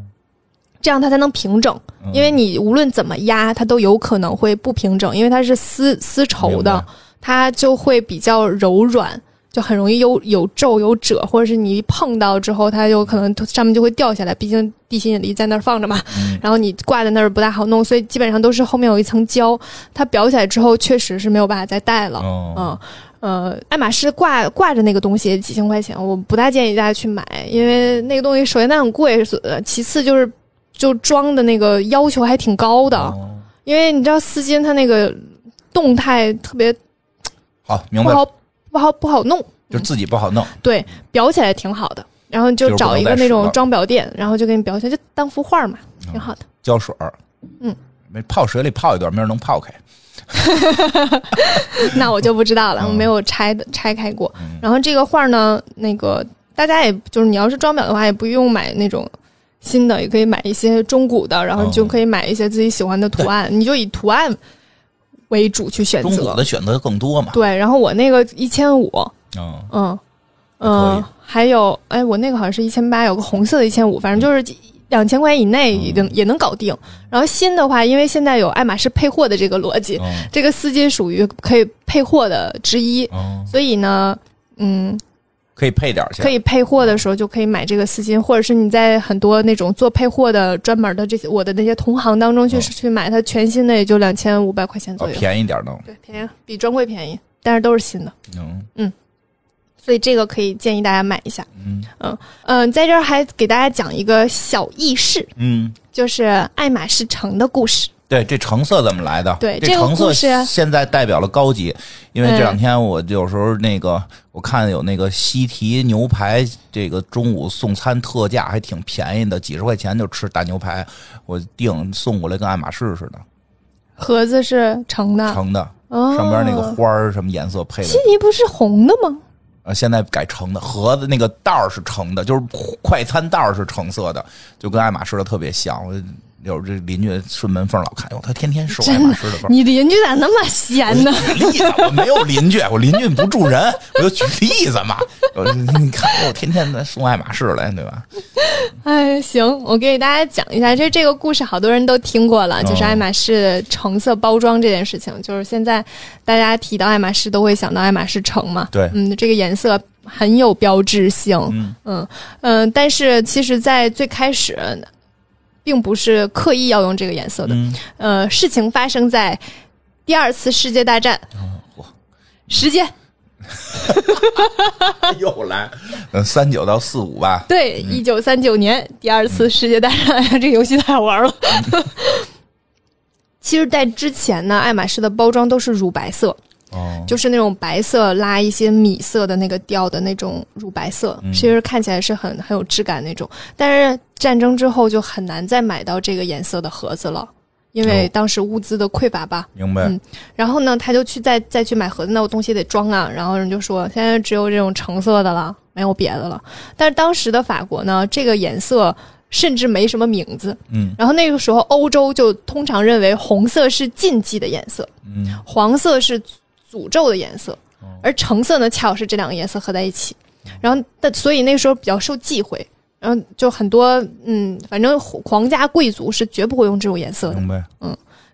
S1: 这样它才能平整。
S2: 嗯
S1: 因为你无论怎么压，它都有可能会不平整，因为它是丝丝绸
S2: 明
S1: 的啊
S2: 白，
S1: 它就会比较柔软。就很容易有有皱有褶，或者是你一碰到之后，它有可能上面就会掉下来，毕竟地心引力在那儿放着嘛。
S2: 嗯
S1: 然后你挂在那儿不太好弄，所以基本上都是后面有一层胶，它裱起来之后确实是没有办法再戴了。
S2: 哦，
S1: 嗯，呃，爱马仕挂挂着那个东西也几千块钱，我不大建议大家去买，因为那个东西首先它很贵，所呃其次就是就装的那个要求还挺高的，
S2: 哦
S1: 因为你知道丝巾它那个动态特别
S2: 好，明
S1: 不
S2: 白，
S1: 好不好不好弄，
S2: 就自己不好弄，
S1: 对，裱起来挺好的，然后你就
S2: 就是不
S1: 找
S2: 能
S1: 一个
S2: 再
S1: 那
S2: 使
S1: 种
S2: 了嗯
S1: 装裱店，然后就给你裱起来，就当幅画嘛，挺好的。
S2: 浇水儿，
S1: 嗯，
S2: 没泡水里泡一段，没准能泡开。
S1: 那我就不知道了，
S2: 嗯
S1: 我没有拆的拆开过。
S2: 嗯
S1: 然后这个画呢，那个大家也就是你要是装裱的话，也不用买那种新的，也可以买一些中古的，然后
S2: 哦
S1: 就可以买一些自己喜欢的图案，你就以图案为主去选
S2: 中古
S1: 择。
S2: 的选择更多嘛，
S1: 对，然后我那个一千五，
S2: 嗯，
S1: 嗯
S2: 可以
S1: 嗯，还有哎，我那个好像是一千八，有个红色的一千五，反正就是。两千块以内
S2: 嗯
S1: 也能也能搞定，然后新的话，因为现在有爱马仕配货的这个逻辑，
S2: 嗯
S1: 这个丝巾属于可以配货的之一，
S2: 嗯，
S1: 所以呢，嗯，
S2: 可以配点儿去，
S1: 可以配货的时候就可以买这个丝巾，或者是你在很多那种做配货的专门的这些我的那些同行当中去、
S2: 哦
S1: 去买，它全新的也就两千五百块钱
S2: 哦
S1: 左右，
S2: 便宜点儿弄，
S1: 对，便宜，比专柜便宜，但是都是新的，
S2: 嗯
S1: 所以这个可以建议大家买一下。
S2: 嗯
S1: 嗯、在这儿还给大家讲一个小轶事，
S2: 嗯。
S1: 就是爱马仕城的故事。
S2: 对，这橙色怎么来的？
S1: 对
S2: 这
S1: 这个
S2: 橙色
S1: 故事啊
S2: 现在代表了高级，因为这
S1: 嗯
S2: 两天我有时候那个我看有那个西提牛排，这个中午送餐特价还挺便宜的，几十块钱就吃大牛排，我订送过来跟爱马仕似的，
S1: 盒子是橙的，
S2: 橙的，
S1: 哦
S2: 上边那个花儿什么颜色配的
S1: 悉，尼不是红的吗？
S2: 呃，现在改橙的，盒子那个袋儿是橙的，就是快餐袋儿是橙色的，就跟爱马仕的特别像。我有时候这邻居顺门缝儿老看，哟，他天天收爱马仕的缝儿。
S1: 你邻居咋哎那么闲呢？
S2: 举例子，我没有邻居，我邻居不住人，我就举例子嘛。我你看，我天天的送爱马仕来，对吧？
S1: 哎，行，我给大家讲一下，其实这个故事好多人都听过了，就是
S2: 哦
S1: 爱马仕橙色包装这件事情。就是现在大家提到爱马仕都会想到爱马仕橙嘛，
S2: 对
S1: 嗯，这个颜色很有标志性，
S2: 嗯
S1: 嗯嗯、但是其实，在最开始，并不是刻意要用这个颜色的，
S2: 嗯，哦
S1: 呃，事情发生在第二次世界大战
S2: 嚯，
S1: 时间
S2: [LAUGHS] 又来，嗯，三九到四五吧，
S1: 对，一九三九年第二次世界大战，哎呀，这个游戏太好玩了。 [LAUGHS] 其实，在之前呢，爱马仕的包装都是乳白色，
S2: 哦，
S1: 就是那种白色拉一些米色的那个调的那种乳白色，嗯其实看起来是很很有质感那种。但是战争之后就很难再买到这个颜色的盒子了，因为
S2: 哦
S1: 当时物资的匮乏吧。
S2: 明白，
S1: 嗯然后呢，他就去再再去买盒子，那我东西得装啊。然后人就说，现在只有这种橙色的了，没有别的了。但是当时的法国呢，这个颜色甚至没什么名字。
S2: 嗯
S1: 然后那个时候，欧洲就通常认为红色是禁忌的颜色，
S2: 嗯，
S1: 黄色是诅咒的颜色
S2: 哦，
S1: 而橙色呢，恰好是这两个颜色合在一起。然后，但所以那时候比较受忌讳。然后就很多，嗯，反正皇家贵族是绝不会用这种颜色的。
S2: 明白，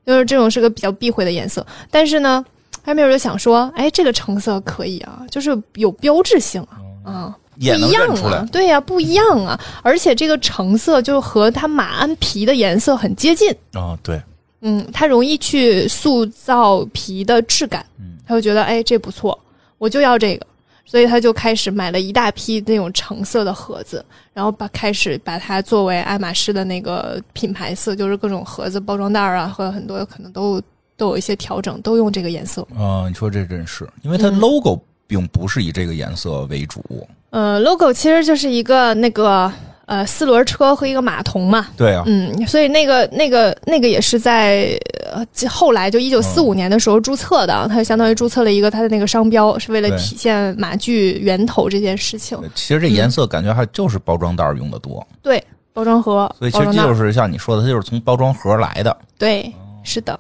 S1: 就是这种是个比较避讳的颜色。但是呢，埃米尔就想说，哎，这个橙色可以啊，就是有标志性啊，啊，不
S2: 也能
S1: 一样
S2: 认出来
S1: 啊，，对呀、不一样啊。而且这个橙色就和它马鞍皮的颜色很接近，
S2: 哦，对，
S1: 嗯，它容易去塑造皮的质感，
S2: 嗯，
S1: 他就觉得，哎，这不错，我就要这个。所以他就开始买了一大批那种橙色的盒子，然后把开始把它作为爱马仕的那个品牌色，就是各种盒子、包装袋儿啊，和很多可能都都有一些调整，都用这个颜色。
S2: 哦，你说这真是，因为它
S1: 嗯
S2: logo 并不是以这个颜色为主，
S1: 呃，logo 其实就是一个那个呃四轮车和一个马童嘛，
S2: 对啊，
S1: 嗯，所以那个那个那个也是在呃这后来就一九四五
S2: 嗯
S1: 年的时候注册的，它就相当于注册了一个它的那个商标，是为了
S2: 对
S1: 体现马具源头这件事情。
S2: 其实这
S1: 嗯
S2: 颜色感觉还就是包装袋儿用的多，
S1: 对，包装盒，
S2: 所以其
S1: 包
S2: 实
S1: 装袋
S2: 就
S1: 儿，
S2: 是哦像你说的，它就是从包装盒来的。
S1: 对，是的。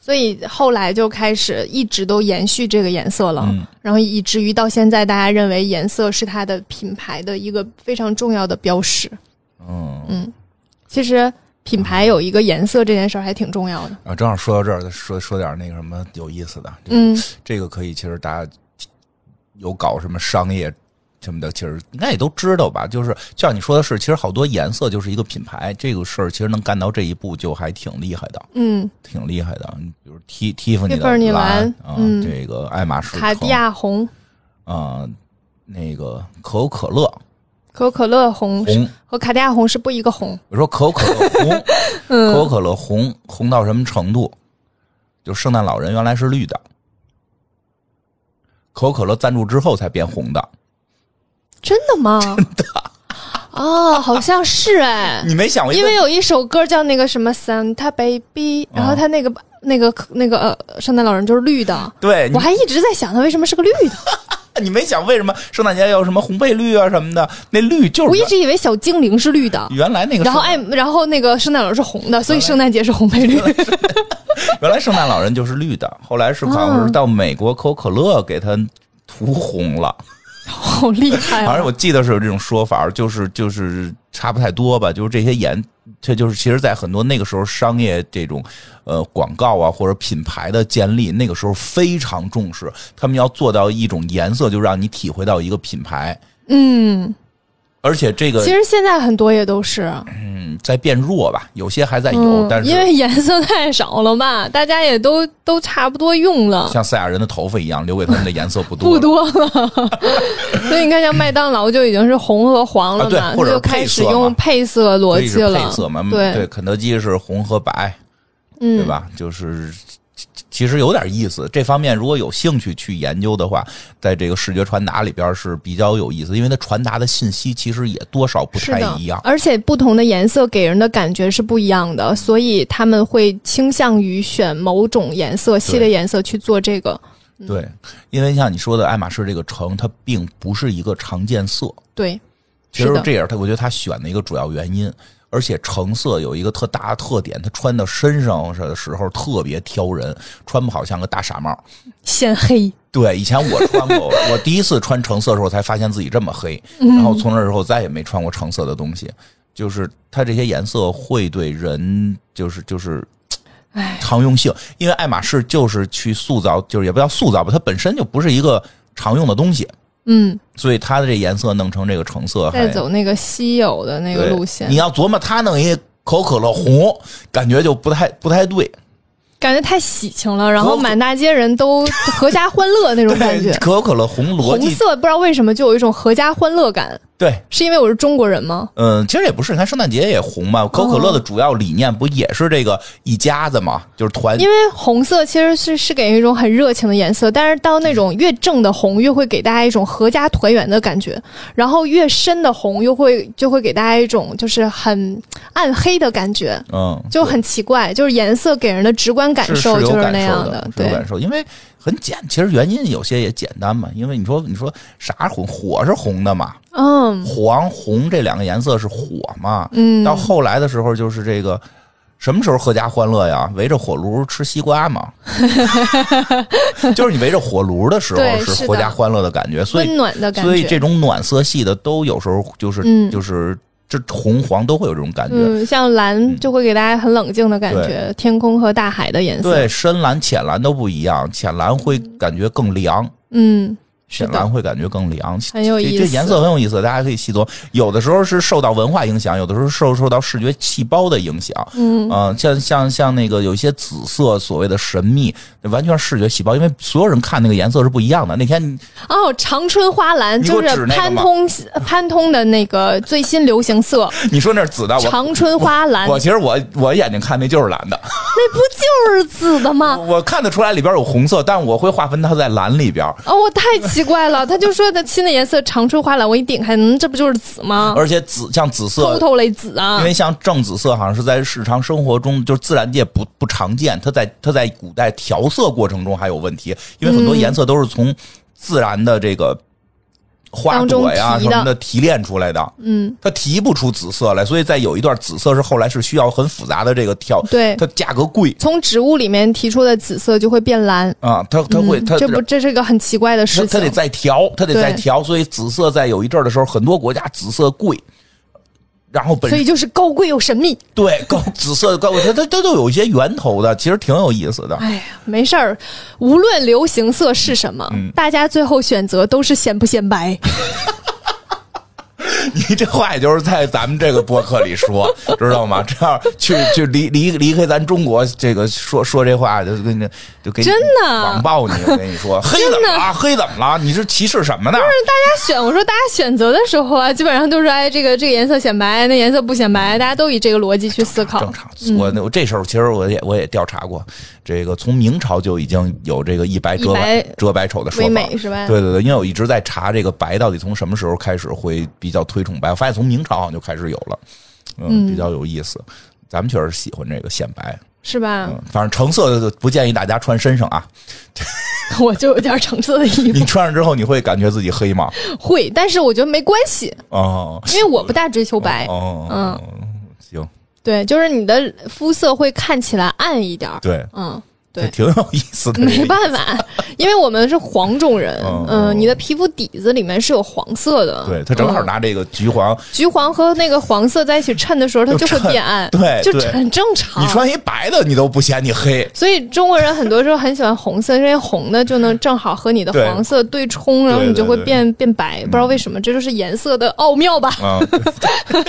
S1: 所以后来就开始一直都延续这个颜色了，
S2: 嗯
S1: 然后以至于到现在，大家认为颜色是它的品牌的一个非常重要的标识。
S2: 嗯
S1: 其实品牌有一个颜色这件事儿还挺重要的。
S2: 啊，正好说到这儿，再说说点那个什么有意思的，这
S1: 嗯，
S2: 这个可以，其实大家有搞什么商业什么的，其实应该也都知道吧。就是就像你说的是，其实好多颜色就是一个品牌，这个事儿其实能干到这一步，就还挺厉害的，
S1: 嗯，
S2: 挺厉害的。你比如 T Tiffany 的
S1: Tiffany
S2: 蓝
S1: 蓝
S2: 啊，
S1: 嗯
S2: 这个爱马仕
S1: 卡地
S2: 橙
S1: 亚红、
S2: 啊、那个可口可乐
S1: 可口可乐红
S2: 红。嗯
S1: 和卡地亚红是不一个红。
S2: 我说可口可乐红，可口可乐红红到什么程度？就圣诞老人原来是绿的，可口可乐赞助之后才变红的。
S1: 真的吗？真的。 [LAUGHS] 哦，好像是哎，
S2: 你没想过一
S1: 因
S2: 个
S1: 为有一啊首歌叫那个什么 Santa Baby，然后
S2: 哦
S1: 他那个、那个那个呃圣诞老人就是绿的，
S2: 对你
S1: 我还一直在想他为什么是个绿 [LAUGHS] 的，
S2: 你没想为什么圣诞节有什么红配绿啊什么的？那绿就是
S1: 我一直以为小精灵是绿的，
S2: 原来那个
S1: 然后哎
S2: 圣
S1: 爱然后那个圣诞老人是红的，所以圣诞节是红配绿。 [LAUGHS]
S2: 原来圣诞老人就是绿的，后来是好
S1: 嗯
S2: 像是到美国可口可乐给它涂红了，
S1: 好厉害
S2: 反
S1: 啊！
S2: 正我记得是有这种说法，就是就是差不太多吧，就是这些颜。这就是，其实，在很多那个时候，商业这种，呃，广告啊或者品牌的建立，那个时候非常重视，他们要做到一种颜色，就让你体会到一个品牌，
S1: 嗯，
S2: 而且这个
S1: 其实现在很多也都是，
S2: 嗯在变弱吧，有些还在有，
S1: 嗯
S2: 但，是
S1: 因为颜色太少了吧，大家也都都差不多用了。
S2: 像赛亚人的头发一样，留给他们的颜色不
S1: [LAUGHS]
S2: 多
S1: 不
S2: 了，
S1: 多
S2: [LAUGHS]
S1: 了，所以你看，像麦当劳就已经是红和黄了
S2: 啊对
S1: 嘛，它
S2: 或者是
S1: 就开始
S2: 配色嘛
S1: 用配色逻
S2: 所以
S1: 辑
S2: 是配
S1: 了，
S2: 色嘛，嗯
S1: 对
S2: 对，肯德基是红和白，
S1: 嗯，
S2: 对吧？就是其其实有点意思，这方面如果有兴趣去研究的话，在这个视觉传达里边是比较有意思，因为它传达的信息其实也多少不
S1: 是
S2: 太
S1: 的
S2: 一样，。嗯
S1: 而且不同的颜色给人的感觉是不一样的，所以他们会倾向于选某种颜色、系列颜色去做这个。
S2: 对，因为像你说的爱马仕这个橙，它并不是一个常见色，
S1: 对，
S2: 其
S1: 是
S2: 实
S1: 的
S2: 这也是他，我觉得他选的一个主要原因。而且橙色有一个特大的特点，它穿到身上的时候特别挑人，穿不好像个大傻帽。
S1: 显黑。
S2: 对，以前我
S1: [LAUGHS]
S2: 穿过，我第一次穿橙色的时候才发现自己这么黑，
S1: 嗯
S2: 然后从那之后再也没穿过橙色的东西。就是它这些颜色会对人，就是就是
S1: 唉，
S2: 常用性，因为爱马仕就是去塑造，就是也不叫塑造吧，它本身就不是一个常用的东西，
S1: 嗯，
S2: 所以它的这颜色弄成这个橙色还，
S1: 再走那个稀有的那个
S2: 对
S1: 路线
S2: 你，要琢磨他弄一可口可乐红，感觉就不太不太对。
S1: 感觉太喜庆了，然后满大街人
S2: [LAUGHS]
S1: 都合家欢乐那种感觉
S2: 对，。可口可乐红逻
S1: 红
S2: 辑
S1: 色不知道为什么就有一种合家欢乐感，
S2: 对，
S1: 是因为我是中国人吗？
S2: 嗯，其实也不是，它圣诞节也红嘛。可口可乐的主要理念不也是这个一家子嘛，就是团
S1: 因为红色其实是是给人一种很热情的颜色，但是到那种越正的红，越会给大家一种合家团圆的感觉，然后越深的红又会就会给大家一种就是很暗黑的感觉，
S2: 嗯，
S1: 就很奇怪，就是颜色给人的直观感
S2: 是是
S1: 受
S2: 有
S1: 就是
S2: 感
S1: 那
S2: 受
S1: 样
S2: 的，是有
S1: 对
S2: 感。受，因为很简，其实原因有些也简单嘛。因为你说你说啥红火是红的嘛，
S1: 嗯，
S2: 黄红这两个颜色是火嘛，嗯，到后来的时候就是这个。什么时候合家欢乐呀？围着火炉吃西
S1: [LAUGHS]
S2: 瓜嘛，就是你围着火炉的时候
S1: 对是
S2: 是
S1: 的
S2: 合家欢乐的感觉，所以
S1: 温暖的感觉。
S2: 所以这种暖色系的都有时候就是、
S1: 嗯
S2: 就是这红黄都会有这种感觉。
S1: 嗯，像蓝就会给大家很冷静的感觉，天空和大海的颜色。
S2: 对，深蓝、浅蓝都不一样，浅蓝会感觉更凉，
S1: 嗯，是
S2: 浅蓝
S1: 的，
S2: 会感觉更凉。
S1: 很有
S2: 这
S1: 意思。
S2: 这颜色很有意思，大家可以细琢。有的时候是受到文化影响，有的时候受受到视觉细胞的影响。嗯、像像像那个有一些紫色，所谓的神秘，完全是视觉细胞，因为所有人看那个颜色是不一样的。那天
S1: 哦，长春花蓝
S2: 你给我
S1: 就
S2: 指那
S1: 是
S2: 个吗
S1: 潘通潘通的那个最新流行色，
S2: 你说那是紫的，啊我
S1: 长春花蓝，
S2: 我其实我我眼睛看那就是蓝的。
S1: 那不就是紫的吗？
S2: 我看得出来里边有红色，但我会划分它在蓝里边。
S1: 哦，我太奇怪了，他就说的新的颜色长春花蓝，我一顶开，嗯，这不就是紫吗？
S2: 而且紫像紫色
S1: 偷，偷类紫啊
S2: 呃因，为像正紫色好像是在日常生活中就是自然界不不常见，它在它在古代调色过程中还有问题，因为很多颜色都是从自然的这个花朵呀
S1: 当中提
S2: 什
S1: 的
S2: 么的提炼出来的，嗯，它提不出紫色来，所以在有一段紫色是后来是需要很复杂的这个调，
S1: 对
S2: 它价格贵
S1: 从植物里面提出的紫色就会变蓝，
S2: 啊，它它会它
S1: 这不这是个很奇怪的
S2: 它
S1: 事
S2: 它
S1: 情
S2: 得。再调，它得再
S1: 对
S2: 调，所以紫色在有一阵儿的时候，很多国家紫色贵，然后本
S1: 所以就是高贵又神秘。
S2: 对 [LAUGHS] 高紫色高，它它它都有一些源头的，其实挺有意思的。
S1: 哎呀，没事儿，无论流行色是什么，
S2: 嗯
S1: 大家最后选择都是显不显白。
S2: [LAUGHS] 你这话也就是在咱们这个播客里说，知道吗？这样去去离离离开咱中国，这个说说这话就跟你就给你
S1: 真的
S2: 网暴你，我跟
S1: [LAUGHS]
S2: 你说，黑怎么了？黑怎么了？你是歧视什么呢？
S1: 大家选，我说大家选择的时候啊，基本上都是哎，这个这个颜色显白，那颜色不显白，大家都以这个逻辑去思考
S2: 正。常，
S1: 嗯
S2: 我我这时候其实我也我也调查过，这个从明朝就已经有这个一白遮
S1: 一
S2: 百
S1: 白
S2: 遮百丑的说
S1: 为
S2: 法，
S1: 美是吧
S2: 对对对，因为我一直在查这个白到底从什么时候开始会比较推崇白，我发现从明朝好像就开始有了，嗯，比较有意思。咱们确实喜欢这个显白，
S1: 是吧？
S2: 嗯，反正橙色的不建议大家穿身上
S1: [LAUGHS]
S2: 啊，
S1: 我就有点橙色的
S2: [LAUGHS]
S1: 衣
S2: 你
S1: 服，
S2: 穿上之后你会感觉自己黑吗？
S1: 会，但是我觉得没关系， [LAUGHS]
S2: 哦，
S1: 因为我不大追求白。
S2: 哦，
S1: 嗯，
S2: 行，
S1: 对，就是你的肤色会看起来暗一点儿。
S2: 对，
S1: 嗯，
S2: 这
S1: 对，
S2: 挺有意思的，
S1: 没办
S2: [LAUGHS]
S1: 法，因为我们是黄种人，
S2: 嗯
S1: 嗯，你的皮肤底子里面是有黄色的，
S2: 对他正好
S1: 嗯
S2: 拿这个橘黄。
S1: 橘黄和那个黄色在一起衬的时候，它就会变暗，
S2: 就衬对
S1: 就
S2: 对
S1: 很正常。
S2: 你穿一白的，你都不嫌你黑，
S1: 所以中国人很多时候很喜欢红色，因为红的就能正好和你的
S2: 对
S1: 黄色对冲，然后你就会
S2: 对对对
S1: 变变白，不知道为什么，这就是颜色的奥妙
S2: [LAUGHS]
S1: 吧。
S2: 嗯，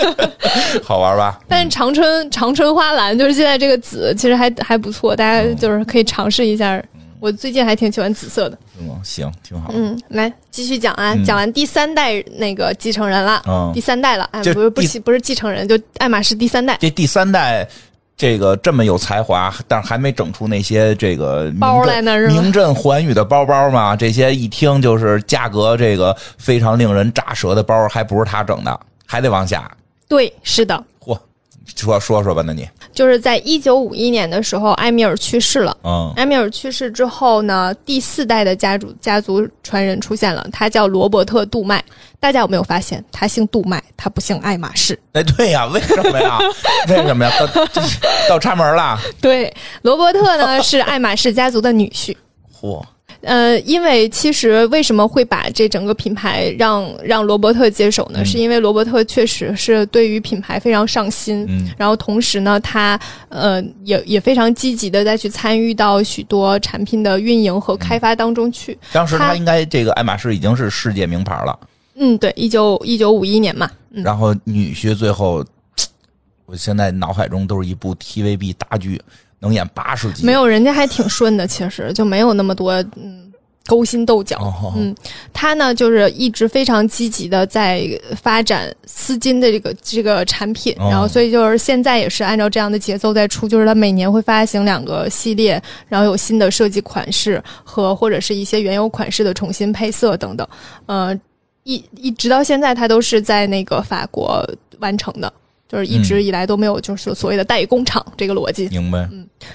S2: 好玩吧？
S1: 但是长春长春花蓝就是现在这个紫，其实还还不错，大
S2: 嗯
S1: 家就是可以尝试一下。我最近还挺喜欢紫色的。
S2: 嗯，行，挺好。
S1: 嗯，来继续讲啊，讲完第三代那个继承人了，
S2: 嗯
S1: 第三代了，哎，
S2: 就
S1: 不是不
S2: 第
S1: 是不是继承人，就爱马仕第三代。
S2: 这第三代。这个这么有才华，但是还没整出那些这个名
S1: 包
S2: 震
S1: 来呢是吗
S2: 名震寰宇的包包嘛？这些一听就是价格这个非常令人咋舌的包，还不是他整的，还得往下。
S1: 对，是的，
S2: 嚯，说说说吧，那你
S1: 就是在一九五一年的时候，埃米尔去世了。
S2: 嗯
S1: 埃米尔去世之后呢，第四代的家族家族传人出现了，他叫罗伯特·杜麦。大家有没有发现，他姓杜麦，他不姓爱马仕？
S2: 哎，对呀，为什么呀？ [LAUGHS] 为什么呀？到到插门了，
S1: [LAUGHS] 对，罗伯特呢是爱马仕家族的女婿。
S2: 嚯，
S1: 呃，因为其实为什么会把这整个品牌让让罗伯特接手呢？是因为罗伯特确实是对于品牌非常上心，
S2: 嗯
S1: 然后同时呢，他呃也也非常积极的再去参与到许多产品的运营和开发当中去。
S2: 当时
S1: 他
S2: 他应该这个爱马仕已经是世界名牌了，
S1: 嗯，对，一九一九五一年嘛，嗯，
S2: 然后女婿最后，我现在脑海中都是一部 TVB 大剧，能演八十集，
S1: 没有，人家还挺顺的，其实就没有那么多嗯勾心斗角。
S2: 哦，
S1: 嗯他呢，就是一直非常积极的在发展丝巾的这个这个产品，
S2: 哦
S1: 然后所以就是现在也是按照这样的节奏在出，就是他每年会发行两个系列，然后有新的设计款式和或者是一些原有款式的重新配色等等，呃，一一直到现在，他都是在那个法国完成的。就是一直
S2: 嗯
S1: 以来都没有，就是所谓的代工厂这个逻辑。
S2: 明白，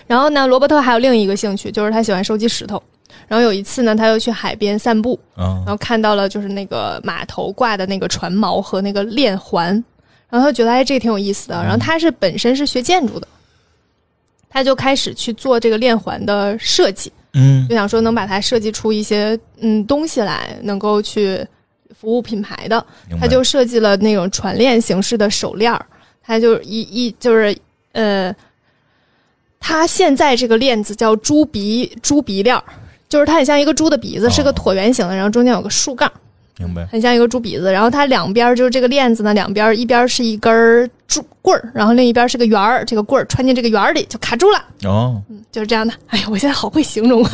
S1: 然后呢，罗伯特还有另一个兴趣，就是他喜欢收集石头。然后有一次呢，他又去海边散步，
S2: 嗯
S1: 然后看到了就是那个码头挂的那个船锚和那个链环，然后他觉得哎这个挺有意思的。然后他是本身是学建筑的，他就开始去做这个链环的设计，
S2: 嗯
S1: 就想说能把它设计出一些嗯东西来，能够去服务品牌的。
S2: 嗯明白，
S1: 他就设计了那种船链形式的手链儿，他就一一就是呃，他现在这个链子叫猪鼻猪鼻链儿，就是它很像一个猪的鼻子，
S2: 哦
S1: 是个椭圆形的，然后中间有个竖杠，
S2: 明白，
S1: 很像一个猪鼻子。然后它两边儿就是这个链子呢，两边儿一边儿是一根儿猪棍儿，然后另一边儿是个圆儿，这个棍儿穿进这个圆儿里就卡住了。
S2: 哦，
S1: 就是这样的。哎呀，我现在好会形容啊。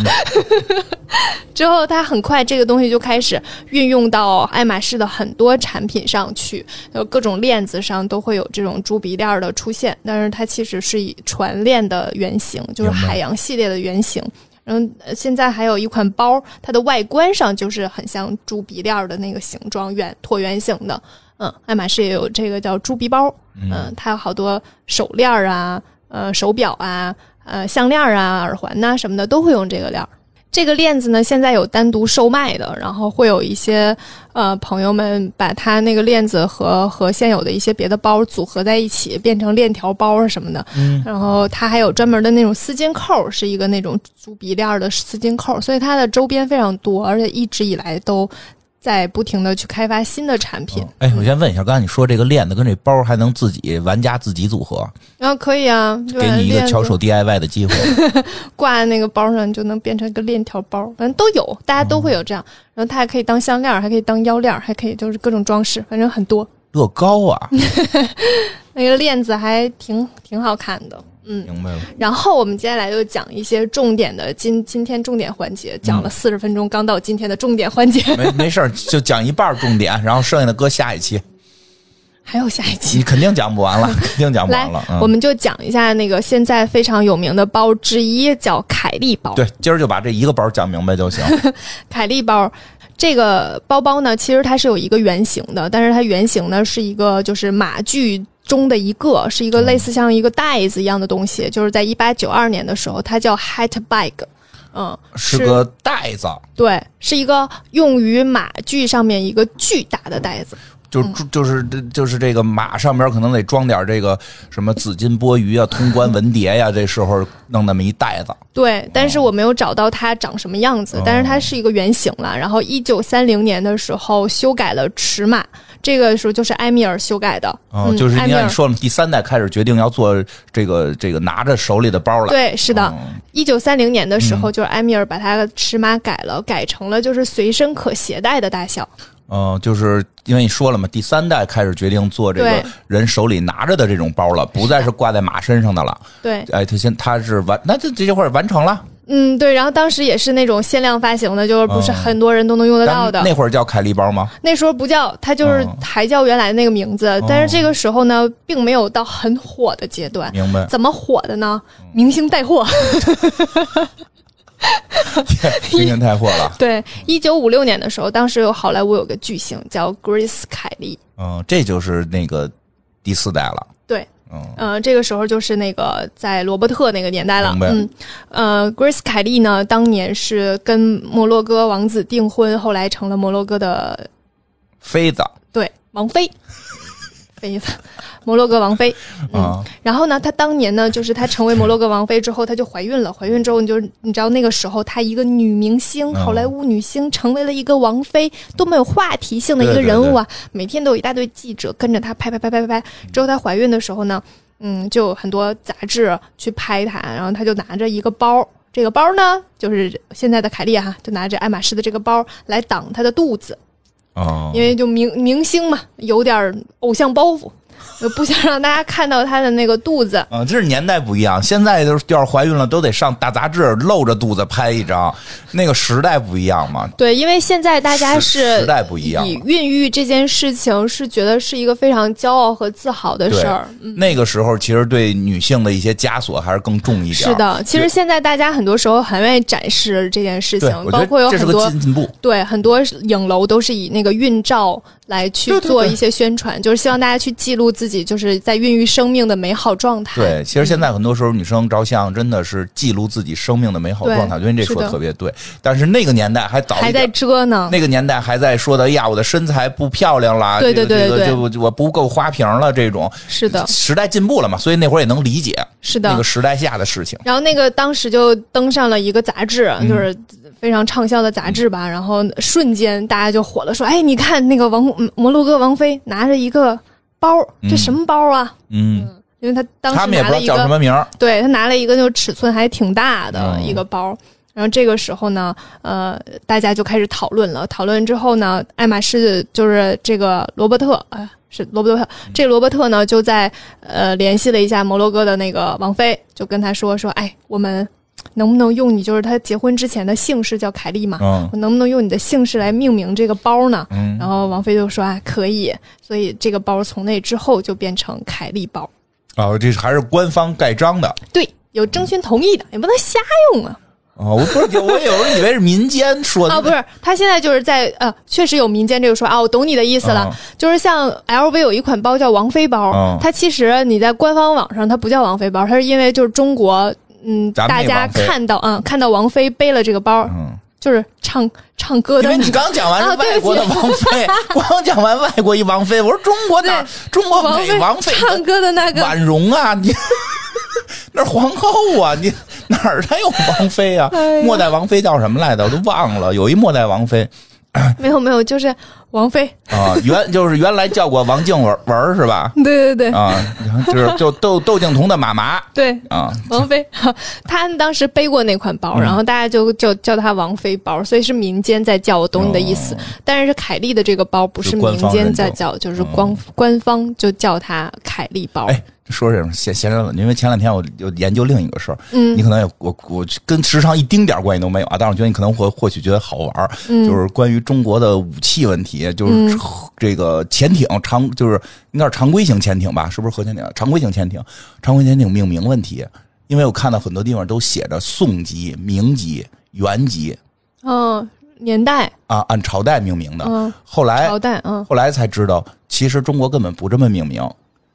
S1: [LAUGHS] 之后，它很快这个东西就开始运用到爱马仕的很多产品上去，有各种链子上都会有这种猪鼻链儿的出现。但是它其实是以船链的原型，就是
S2: 明白
S1: 海洋系列的原型。然后呃现在还有一款包，它的外观上就是很像猪鼻链儿的那个形状，圆椭圆形的。嗯，爱马仕也有这个叫猪鼻包，嗯，它有好多手链儿啊，呃，手表啊，呃，项链儿啊、耳环呐、什么的都会用这个链儿。这个链子呢，现在有单独售卖的，然后会有一些呃朋友们把它那个链子和和现有的一些别的包组合在一起，变成链条包啊什么的。
S2: 嗯，
S1: 然后它还有专门的那种丝巾扣，是一个那种足鼻链儿的丝巾扣，所以它的周边非常多，而且一直以来都在不停的去开发新的产品。
S2: 哎，我先问一下，刚才你说这个链子跟这包还能自己玩家自己组合，
S1: 然后可以啊，就
S2: 给
S1: 把
S2: 你一
S1: 链
S2: 个
S1: 子
S2: 巧手 DIY
S1: [LAUGHS]
S2: 的机会，
S1: 挂在那个包上，就能变成一个链条包，反正都有，大家都会有这
S2: 嗯
S1: 样。然后它还可以当项链儿，还可以当腰链儿，还可以就是各种装饰，反正很多。
S2: 乐高啊，
S1: 那个链子还挺挺好看的，嗯。
S2: 明白了，
S1: 然后我们接下来就讲一些重点的今今天重点环节，
S2: 嗯
S1: 讲了四十分钟，刚到今天的重点环节， [LAUGHS]
S2: 没没事儿，就讲一半儿重点，然后剩下的搁下一期，
S1: 还有下一期
S2: 你。肯定讲不完
S1: [LAUGHS]
S2: 了，肯定讲不
S1: 来
S2: 完了，，嗯
S1: 我们就讲一下那个现在非常有名的包之一，叫凯利包。
S2: 对，今儿就把这一个包讲明白就
S1: [LAUGHS]
S2: 行。
S1: 凯利包。这个包包呢，其实它是有一个原型的，但是它原型呢是一个就是马具中的一个，是一个类似像一个袋子一样的东西。就是在一八九二年的时候，它叫 hat bag，嗯，
S2: 是个袋子，
S1: 对，是一个用于马具上面一个巨大的袋子。
S2: 就就是就是这个马上边可能得装点这个什么紫金钵盂啊、通关文牒呀、这时候弄那么一袋子。
S1: 对，但是我没有找到它长什么样子，
S2: 哦
S1: 但是它是一个圆形了。然后一九三零年的时候修改了尺码，这个时候就是埃米尔修改的。
S2: 哦
S1: 嗯，
S2: 就是
S1: 埃米
S2: 你看
S1: 尔
S2: 你说了，第三代开始决定要做这个这个拿着手里的包来。
S1: 对，是的。
S2: 嗯
S1: 一九三零年的时候，就是埃米尔把它的尺码改了，改成了就是随身可携带的大小。
S2: 嗯，就是因为你说了嘛，第三代开始决定做这个
S1: 对
S2: 人手里拿着的这种包了，不再是挂在马身上的了。
S1: 对，
S2: 哎，他先他是完，那这这会儿完成了，
S1: 嗯，对。然后当时也是那种限量发行的，就是不是很多人都能用得到的。
S2: 哦咱们那会儿叫凯利包吗？
S1: 那时候不叫，它就是
S2: 哦
S1: 还叫原来那个名字，但是这个时候呢，并没有到很火的阶段。
S2: 明
S1: [LAUGHS]
S2: 白。 [LAUGHS] 嗯
S1: 怎么火的呢？明星带货。 [LAUGHS]
S2: 今天太货了。
S1: 对，一九五六年的时候，当时有好莱坞有个巨星叫 Grace 凯利，
S2: 嗯，这就是那个第四代了。
S1: 对，
S2: 嗯，
S1: 呃，这个时候就是那个在罗伯特那个年代了
S2: 明，白
S1: 嗯，呃，Grace 凯利呢，当年是跟摩洛哥王子订婚，后来成了摩洛哥的
S2: 妃子
S1: 对王妃，妃子，摩洛哥王妃。
S2: 啊，
S1: 然后呢，她当年呢，就是她成为摩洛哥王妃之后，她就怀孕了。怀孕之后，你就你知道那个时候，她一个女明星，
S2: 嗯
S1: 好莱坞女星，成为了一个王妃，多么有话题性的一个
S2: 对对
S1: 人物啊！每天都有一大堆记者跟着她拍拍拍拍拍拍。之后她怀孕的时候呢，嗯，就有很多杂志去拍她，然后她就拿着一个包。这个包呢，就是现在的凯莉哈、就拿着爱马仕的这个包来挡她的肚子，
S2: 哦
S1: 啊因为就明明星嘛，有点儿偶像包袱。我不想让大家看到她的那个肚子。
S2: 嗯，这是年代不一样，现在就是要是怀孕了，都得上大杂志露着肚子拍一张，那个时代不一样嘛，
S1: 对，因为现在大家
S2: 时
S1: 是
S2: 时代不一样
S1: 以
S2: 了
S1: 孕育这件事情是觉得是一个非常骄傲和自豪的
S2: 对
S1: 事儿。，嗯
S2: 那个时候其实对女性的一些枷锁还是更重一点。
S1: 是，的，其实现在大家很多时候很愿意展示这件事情
S2: 对，，我觉
S1: 包括
S2: 得
S1: 有
S2: 这是
S1: 很
S2: 个
S1: 多
S2: 进进步。
S1: 对，很多影楼都是以那个孕照来去
S2: 对对
S1: 做
S2: 对
S1: 一些宣传，就是希望大家去记录自己就是在孕育生命的美好状态。
S2: 对，其实现
S1: 嗯
S2: 在很多时候女生照相真的是记录自己生命的美好
S1: 对
S2: 状态，我觉得这
S1: 是
S2: 说
S1: 的
S2: 得特别对。但是那个年代还早
S1: 还
S2: 一
S1: 在
S2: 点。
S1: 遮呢。
S2: 那个年代还在说的哎呀，我的身材不漂亮啦，
S1: 对对对
S2: 这个
S1: 对
S2: 这个这个我不够花瓶了，这种
S1: 是的，
S2: 时代进步了嘛，所以那会儿也能理解
S1: 是的。
S2: 那个时代下的事情。
S1: 然后那个当时就登上了一个杂志，
S2: 嗯
S1: 就是非常畅销的杂志吧。然后瞬间大家就火了，说：“哎，你看那个王嗯摩洛哥王妃拿着一个包，这
S2: 嗯
S1: 什么包啊？
S2: 嗯，
S1: 因为她当
S2: 他
S1: 时
S2: 们也
S1: 拿
S2: 不
S1: 了
S2: 知道
S1: 一
S2: 叫什
S1: 个，
S2: 么
S1: [LAUGHS]
S2: 名儿，
S1: 对她拿了一个就尺寸还挺大的
S2: 嗯
S1: 一个包。然后这个时候呢，呃，大家就开始讨论了。讨论之后呢，爱马仕就是这个罗伯特，啊，是罗伯特，
S2: 嗯
S1: 这罗伯特呢就在呃联系了一下摩洛哥的那个王妃，就跟他说说，哎，我们能不能用你就是他结婚之前的姓氏叫凯莉嘛？
S2: 嗯
S1: 我能不能用你的姓氏来命名这个包呢？
S2: 嗯
S1: 然后王菲就说啊，可以，所以这个包从那之后就变成凯利包。
S2: 啊，这还是官方盖章的。
S1: 对，有征询同意的，也不能瞎用啊！
S2: 啊、我不是，我有时候以为是民间说的
S1: 啊，不是，他现在就是在呃，确实有民间这个说啊，我懂你的意思了，
S2: 啊
S1: 就是像 LV 有一款包叫王菲包，
S2: 啊
S1: 它其实你在官方网上它不叫王菲包，它是因为就是中国。嗯，
S2: 咱们
S1: 大
S2: 那
S1: 家
S2: 王菲
S1: 看到啊、看到王菲背了这个包，
S2: 嗯，
S1: 就是唱唱歌
S2: 因
S1: 的
S2: 为
S1: 那
S2: 你刚讲完是
S1: 哦对
S2: 外
S1: 不
S2: 国
S1: 起
S2: 的王
S1: [LAUGHS]
S2: 妃，我刚讲完外国一王妃，我说中国哪儿？中国
S1: 王
S2: 哪
S1: 菲
S2: 王妃？
S1: 唱歌的那个
S2: 婉容啊，你 [LAUGHS] 那是皇后啊，你哪儿还有王妃啊？
S1: 哎呀
S2: 末代王妃叫什么来着？我都忘了，有一末代王妃
S1: 没有没有，就是王菲，
S2: 啊，原 [LAUGHS] 就是原来叫过王静文文是吧？
S1: 对对对、
S2: [LAUGHS] 啊，就是就窦窦靖童的妈妈
S1: 对，
S2: 啊，
S1: [LAUGHS] 王菲，她当时背过那款
S2: 嗯
S1: 包，然后大家就就叫她王菲包，所以是民间在叫，我懂你的意
S2: 哦
S1: 思。但是凯莉的这个包不是民间在叫，就是官、官方就叫它凯莉包。
S2: 嗯哎，说这种闲闲聊，因为前两天我有研究另一个事儿，
S1: 嗯
S2: 你可能也我我跟时尚一丁点儿关系都没有啊，但是我觉得你可能会或许觉得好玩儿，
S1: 嗯
S2: 就是关于中国的武器问题，就是这个潜艇常就是应该是常规型潜艇吧，是不是核潜艇？啊常规型潜艇，常规潜艇命名问题，因为我看到很多地方都写着宋级、明级、元级
S1: 嗯，年代，
S2: 啊，按朝代命名的，
S1: 嗯，
S2: 后来
S1: 朝代，嗯，
S2: 后来才知道，其实中国根本不这么命名，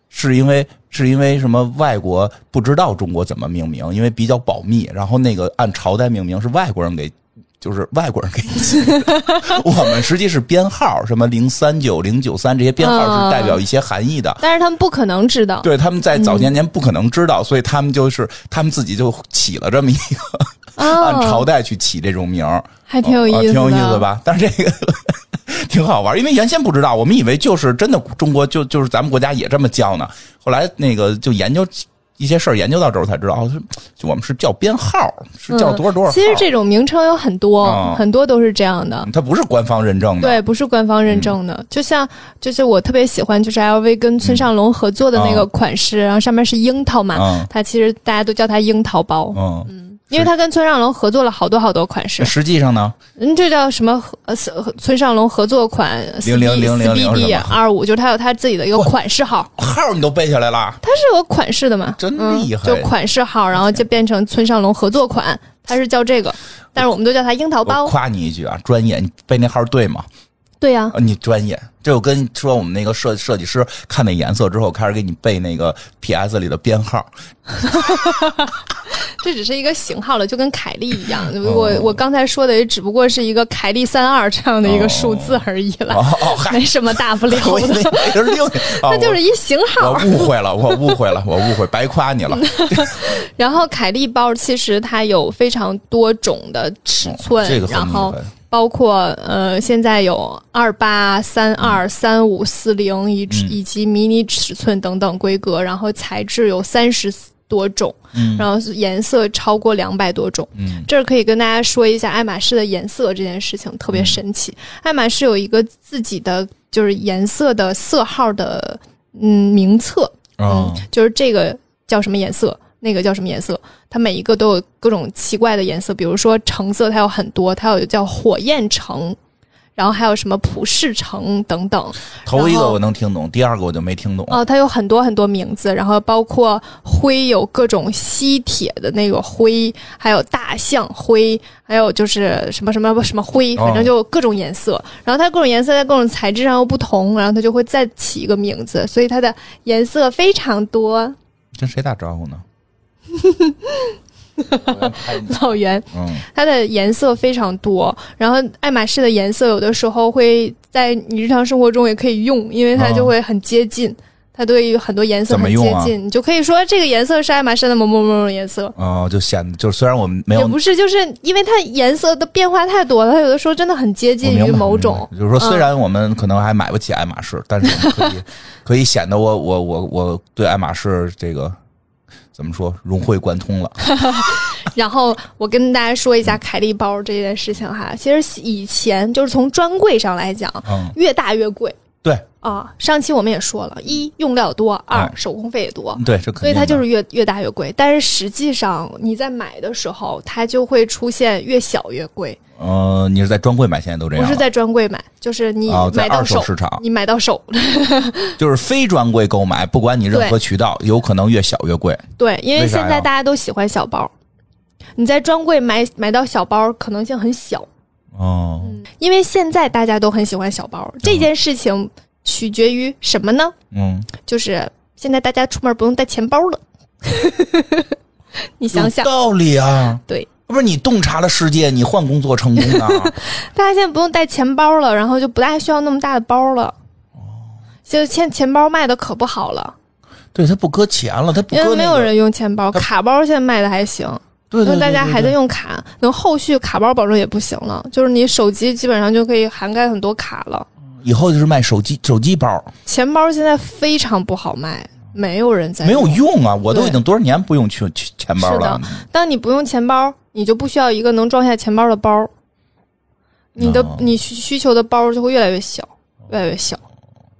S2: 是因为是因为什么？外国不知道中国怎么命名，因为比较保密。然后那个按朝代命名是外国人给，就是外国人给起的。 [LAUGHS] 我们实际是编号，什么零三九、零九三这些编号是代表一些含义的。
S1: 但是他们不可能知道。
S2: 对，他们在早些年不可能知道，所以他们就是他们自己就起了这么一个按朝
S1: 哦，
S2: 代去起这种名儿。
S1: 还挺有意思
S2: 啊
S1: 的，
S2: 挺有意思的？吧？但是这个 [LAUGHS] 挺好玩，因为原先不知道，我们以为就是真的中国就就是咱们国家也这么叫呢。后来那个就研究一些事儿，研究到这儿才知道，哦，就我们是叫编号，是叫多少多少
S1: 嗯
S2: 号。
S1: 其实这种名称有很多，
S2: 啊
S1: 很多都是这样的。
S2: 它不是官方认证的，
S1: 对，不是官方认证的，就像就是我特别喜欢，就是 LV 跟村上隆合作的那个款式，然后上面是樱桃嘛，
S2: 嗯
S1: 它其实大家都叫它樱桃包，
S2: 嗯，
S1: 因为它跟村上隆合作了好多好多款式
S2: 那，实际上呢，
S1: 嗯，这叫什么合？呃，是和村上隆合作款
S2: 00000
S1: CBD
S2: 什么
S1: 二五，就是它有它自己的一个款式号，
S2: 号你都背下来了，
S1: 它是有款式的嘛，
S2: 真
S1: 嗯
S2: 厉害
S1: 就款式号，然后就变成村上隆合作款，它是叫这个，但是我们都叫它樱桃
S2: 我
S1: 包，
S2: 夸你一句啊，专业，你背那号对吗？
S1: 对呀、
S2: 啊，你专业，这我跟你说，我们那个设设计师看那颜色之后，开始给你背那个 PS 里的编号，
S1: [LAUGHS] 这只是一个型号了，就跟凯利一样。
S2: [LAUGHS]
S1: 我
S2: 哦
S1: 我刚才说的也只不过是一个凯利三二这样的一个数字而已了，
S2: 哦哦，嗨
S1: 没，什么大不 [LAUGHS] 了
S2: 我以为 [LAUGHS]
S1: 的，
S2: 那是另一，哦
S1: 它就是一型
S2: 我
S1: 号。
S2: 误会了，我误会了，我误会，白夸你
S1: 嗯
S2: 了。哦
S1: 然后凯利包其实它有非常多种的尺寸，
S2: 哦这个很
S1: 然
S2: 厉
S1: 后
S2: 害。
S1: 包括呃现在有二八、三二、三五、四零以
S2: 嗯
S1: 以及迷你尺寸等等规格，然后材质有三十多种，
S2: 嗯
S1: 然后颜色超过两百多种。
S2: 嗯
S1: 这儿可以跟大家说一下爱马仕的颜色这件事情特别神奇。爱马仕有一个自己的就是颜色的色号的嗯名册，
S2: 啊
S1: 嗯，就是这个叫什么颜色，那个叫什么颜色，它每一个都有各种奇怪的颜色，比如说橙色它有很多，它有叫火焰橙，然后还有什么普世橙等等，
S2: 头一
S1: 然
S2: 个
S1: 后
S2: 我能听懂，第二个我就没听懂。
S1: 哦、它有很多很多名字，然后包括灰有各种吸铁的那个灰，还有大象灰，还有就是什么什么什么灰，
S2: 哦
S1: 反正就各种颜色。然后它各种颜色在各种材质上又不同，然后它就会再起一个名字，所以它的颜色非常多。 [LAUGHS]
S2: 跟谁打招呼呢？
S1: 老袁，
S2: 嗯，
S1: 它的颜色非常多，然后爱马仕的颜色有的时候会在你日常生活中也可以用，因为它就会很接近，它对于很多颜色
S2: 哦怎么
S1: 很
S2: 用
S1: 接
S2: 啊
S1: 近，你就可以说这个颜色是爱马仕的某某某某颜色。
S2: 哦，就显得就是虽然我们没有
S1: 也不是，就是因为它颜色的变化太多了，它有的时候真的很接
S2: 我
S1: 近
S2: 明白
S1: 于某
S2: 我明
S1: 种嗯
S2: 白。就是说，虽然我们可能还买不起爱马仕，但是
S1: [LAUGHS]
S2: 我们可以可以显得我我我我对爱马仕这个怎么说融会贯通了。
S1: 然后我跟大家说一下凯利包这件事情哈，其实以前就是从专柜上来讲，
S2: 嗯，
S1: 越大越贵
S2: 对
S1: 啊。上期我们也说了，一用料多，二
S2: 嗯
S1: 手工费也多。
S2: 对，这
S1: 哦
S2: 肯定的。
S1: 所以它就是越越大越贵，但是实际上你在买的时候，它就会出现越小越贵。
S2: 呃，你是在专柜买，现在都这
S1: 不
S2: 样
S1: 是
S2: 了。
S1: 在专柜买，就是你
S2: 哦在
S1: 买到
S2: 二手
S1: 手，
S2: 市场
S1: 你买到手，
S2: 就是非专柜购买，不管你任何渠道，有可能越小越贵。
S1: [LAUGHS] 对，因为
S2: 为啥
S1: 现在
S2: 呀
S1: 大家都喜欢小包，你在专柜买买到小包可能性很小，
S2: 哦，
S1: 因为现在大家都很喜欢小包。这件事情取决于什么呢？
S2: 嗯，
S1: 就是现在大家出门不用带钱包了， [LAUGHS] 你想想
S2: 有，道理啊。
S1: 对，
S2: 不是你洞察了世界，你换工作成功
S1: [LAUGHS]
S2: 啊。
S1: 大家现在不用带钱包了，然后就不大需要那么大的包了。就现钱包卖的可不好了，
S2: 对他不搁钱了，他不
S1: 因
S2: 搁、那
S1: 为没
S2: 个、
S1: 有人用钱包，
S2: 它
S1: 卡包现在卖的还行。
S2: 对，对
S1: 因
S2: 对
S1: 为大家还在
S2: 对
S1: 用卡，等后续卡包保证也不行了，就是你手机基本上就可以涵盖很多卡了。
S2: 以后就是卖手机手机包，
S1: 钱包现在非常不好卖，没有人在
S2: 没有用啊！我都
S1: 对
S2: 已经多少年不用去去钱包了。
S1: 当你不用钱包，你就不需要一个能装下钱包的包，你的、
S2: 哦
S1: 你需需求的包就会越来越小，越来越小。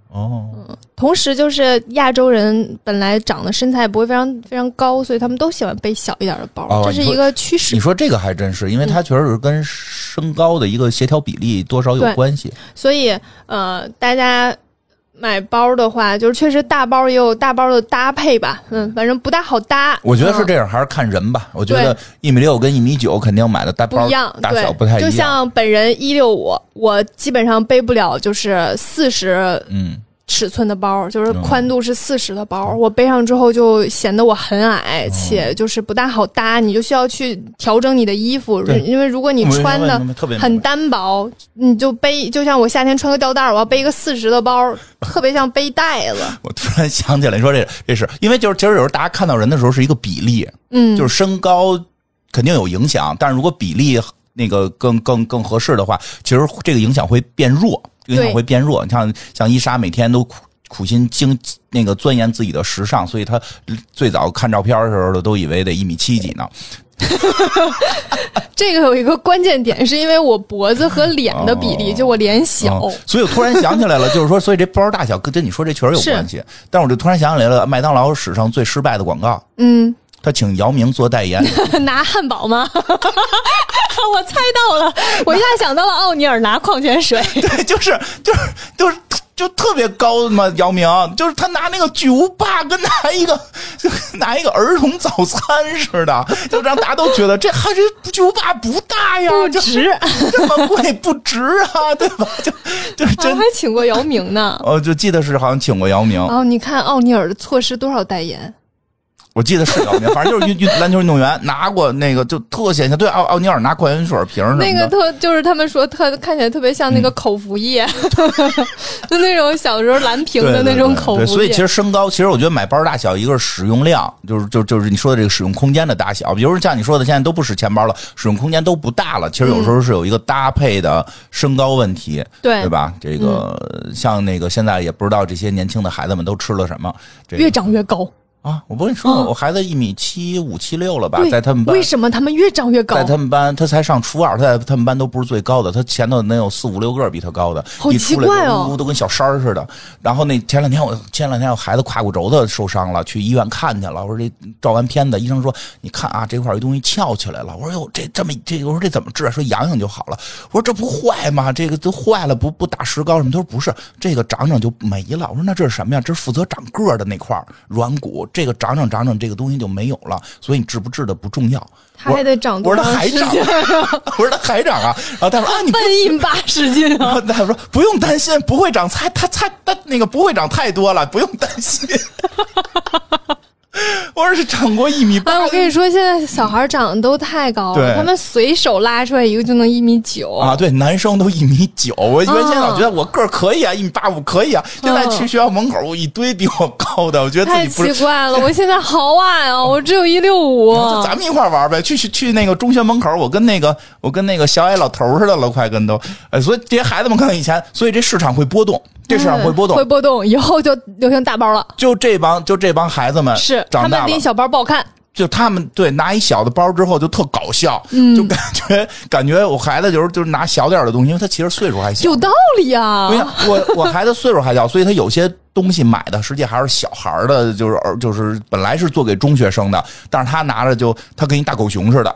S2: 哦，
S1: 嗯同时，就是亚洲人本来长得身材也不会非常非常高，所以他们都喜欢背小一点的包，
S2: 哦
S1: 这是
S2: 你说
S1: 一个趋势
S2: 你。说这个还真是，因为它确实是跟身高的一个协调比例多少
S1: 对
S2: 有关系。
S1: 所以呃，大家买包的话，就是确实大包也有大包的搭配吧，嗯，反正不大好搭。
S2: 我觉得是
S1: 嗯
S2: 这样，还是看人吧。我觉
S1: 对
S2: 得一米六跟一米九肯定买的大包
S1: 不一样，
S2: 大
S1: 对
S2: 小不太一样。
S1: 就像本人一六五，我基本上背不了就是四十
S2: 嗯，
S1: 尺寸的包，就是
S2: 嗯
S1: 宽度是四十的包，我背上之后就显得我很
S2: 嗯
S1: 矮，且就是不大好搭，你就需要去调整你的衣服，
S2: 对
S1: 因为如果你
S2: 我明白
S1: 穿的
S2: 明白特别明白
S1: 很单薄，你就背，就像我夏天穿个吊带儿，我要背一个四十的包，特别像背带子。
S2: 我突然想起来，你说这这是因为就是其实有时候大家看到人的时候是一个比例，
S1: 嗯，
S2: 就是身高肯定有影响，但是如果比例那个更更更合适的话，其实这个影响会变弱，这个影响会变弱。你像像伊莎每天都苦苦心经那个钻研自己的时尚，所以她最早看照片的时候都以为得一米七几呢。
S1: [LAUGHS] 这个有一个关键点，是因为我脖子和脸的比例，
S2: 哦
S1: 就我脸小，
S2: 嗯所以我突然想起来了，就是说，所以这包大小跟你说这确实有
S1: 是
S2: 关系。但我就突然想起来了，麦当劳史上最失败的广告，
S1: 嗯，
S2: 他请姚明做代
S1: [LAUGHS]
S2: 言，
S1: [LAUGHS] 拿汉堡吗？ [LAUGHS] 我猜到了，我一下想到了奥尼尔拿矿泉水。
S2: 对，就是就是就是就特别高嘛，姚明就是他拿那个巨无霸跟拿一个 [LAUGHS] 拿一个儿童早餐似的，就让大家都觉得这还是巨无霸不大呀，
S1: 不
S2: 这
S1: 值，
S2: 这么贵不值啊，对吧？就就是
S1: 我 [LAUGHS]
S2: 真
S1: 还，请过姚明呢。
S2: 我就记得是好像请过姚明，
S1: 然后哦你看奥尼尔错失多少代言？
S2: 我记得是姚
S1: [LAUGHS]
S2: 明，反正就是运运篮球运动员拿过那个就特显像，对奥奥尼尔拿矿泉水瓶儿什么的，嗯
S1: 那个特就是他们说特看起来特别像那个口服液， [LAUGHS] 就那种小时候蓝瓶
S2: 对
S1: 的那种口服
S2: 对对
S1: 液。
S2: 对所以其实身高，其实我觉得买包大小，一个是使用量，就是就就是你说的这个使用空间的大小。比如说像你说的，现在都不使钱包了，使用空间都不大了。其实有时候是有一个搭配的身高问题，
S1: 对嗯
S2: 对吧？这个、像那个现在也不知道这些年轻的孩子们都吃了什么，这个
S1: 越长越高，
S2: 啊！我不跟你说，
S1: 哦
S2: 我孩子一米七五七六了吧，
S1: 对，
S2: 啊在他们班
S1: 为，什么他们越长越高
S2: 在？他们班，他才上初二，他在他们班都不是最高的，他前头能有四五六个比他高的，
S1: 好
S2: 一出
S1: 奇
S2: 来
S1: 怪
S2: 都
S1: 哦
S2: 呜呜都跟小山儿似的。然后那前两天我前两天我孩子胯骨轴子受伤了，去医院看去了。我说这照完片子，医生说你看啊，这块儿有东西翘起来了。我说哟，这这么这我说这怎么治啊？说养养就好了。我说这不坏吗？这个都坏了，不不打石膏什么？他说不是，这个长长就没了。我说那这是什么呀？这是负责长个儿的那块儿软骨，这个长长长长这个东西就没有了，所以你治不治的不重要。
S1: 他还得长多
S2: 我说
S1: 长
S2: 他还
S1: 时
S2: 长
S1: 间？ [LAUGHS]
S2: 啊， [LAUGHS] 我说他还长啊，然后大夫说啊，你不
S1: 半斤八十斤啊！
S2: 然后大夫说不用担心，不会长菜，它菜它那个不会长太多了，不用担心。 [LAUGHS] 我说是长过一米
S1: 哎，
S2: [LAUGHS] 八
S1: 我跟你说，现在小孩长得都太高
S2: 对
S1: 了，他们随手拉出来一个就能一米九
S2: 啊，对，男生都一米九，我原先
S1: 嗯
S2: 老觉得我个儿可以啊，一米八五可以啊，现在去学校门口一堆比我高的，我觉得自
S1: 太
S2: 己不
S1: 奇
S2: 是。
S1: 怪
S2: [LAUGHS]
S1: 了。我现在好矮啊，我只有一六五。
S2: 就咱们一块儿玩呗，去去去那个中学门口，我跟那个我跟那个小矮老头儿似的了，快跟都，呃，所以这些孩子们可能以前，所以这市场会波动，这市场会波动
S1: 嗯会，波动，以后就流行大包了。
S2: 就这帮就这帮孩子们
S1: 是，他
S2: 呃长
S1: 们
S2: 大了
S1: 拎，小包不好看。
S2: 就他们对拿一小的包之后就特搞笑，
S1: 嗯
S2: 就感觉感觉我孩子有时候就是拿小点儿的东西，因为他其实岁数还小
S1: 有。道理啊
S2: [LAUGHS] 不！像我我孩子岁数还小，所以他有些东西买的实际还是小孩儿的，就是儿就是本来是做给中学生的，但是他拿着就他跟一大狗熊似的，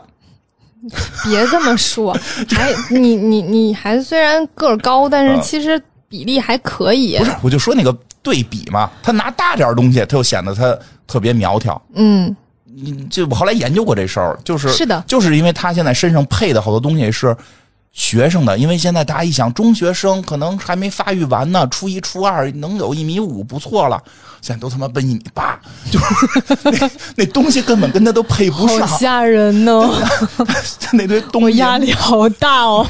S1: 别这么
S2: [LAUGHS]
S1: 说，还你你你孩子虽然个儿高，但
S2: 嗯
S1: 是其实比例还可以
S2: 不。是我就说那个对比嘛，他拿大点儿东西，他又显得他特别苗条。
S1: 嗯，
S2: 你就我后来研究过这事儿，就是
S1: 是的
S2: 就是因为他现在身上配的好多东西是学生的，因为现在大家一想，中学生可能还没发育完呢，初一初二能有一米五不错了，现在都他妈奔一米八，就是 [LAUGHS] 那那东西根本跟他都配不啊
S1: 好
S2: 上，
S1: 吓人哦！
S2: 那
S1: [LAUGHS]
S2: 堆
S1: 我
S2: 东西
S1: 压力好大
S2: [LAUGHS]
S1: 哦。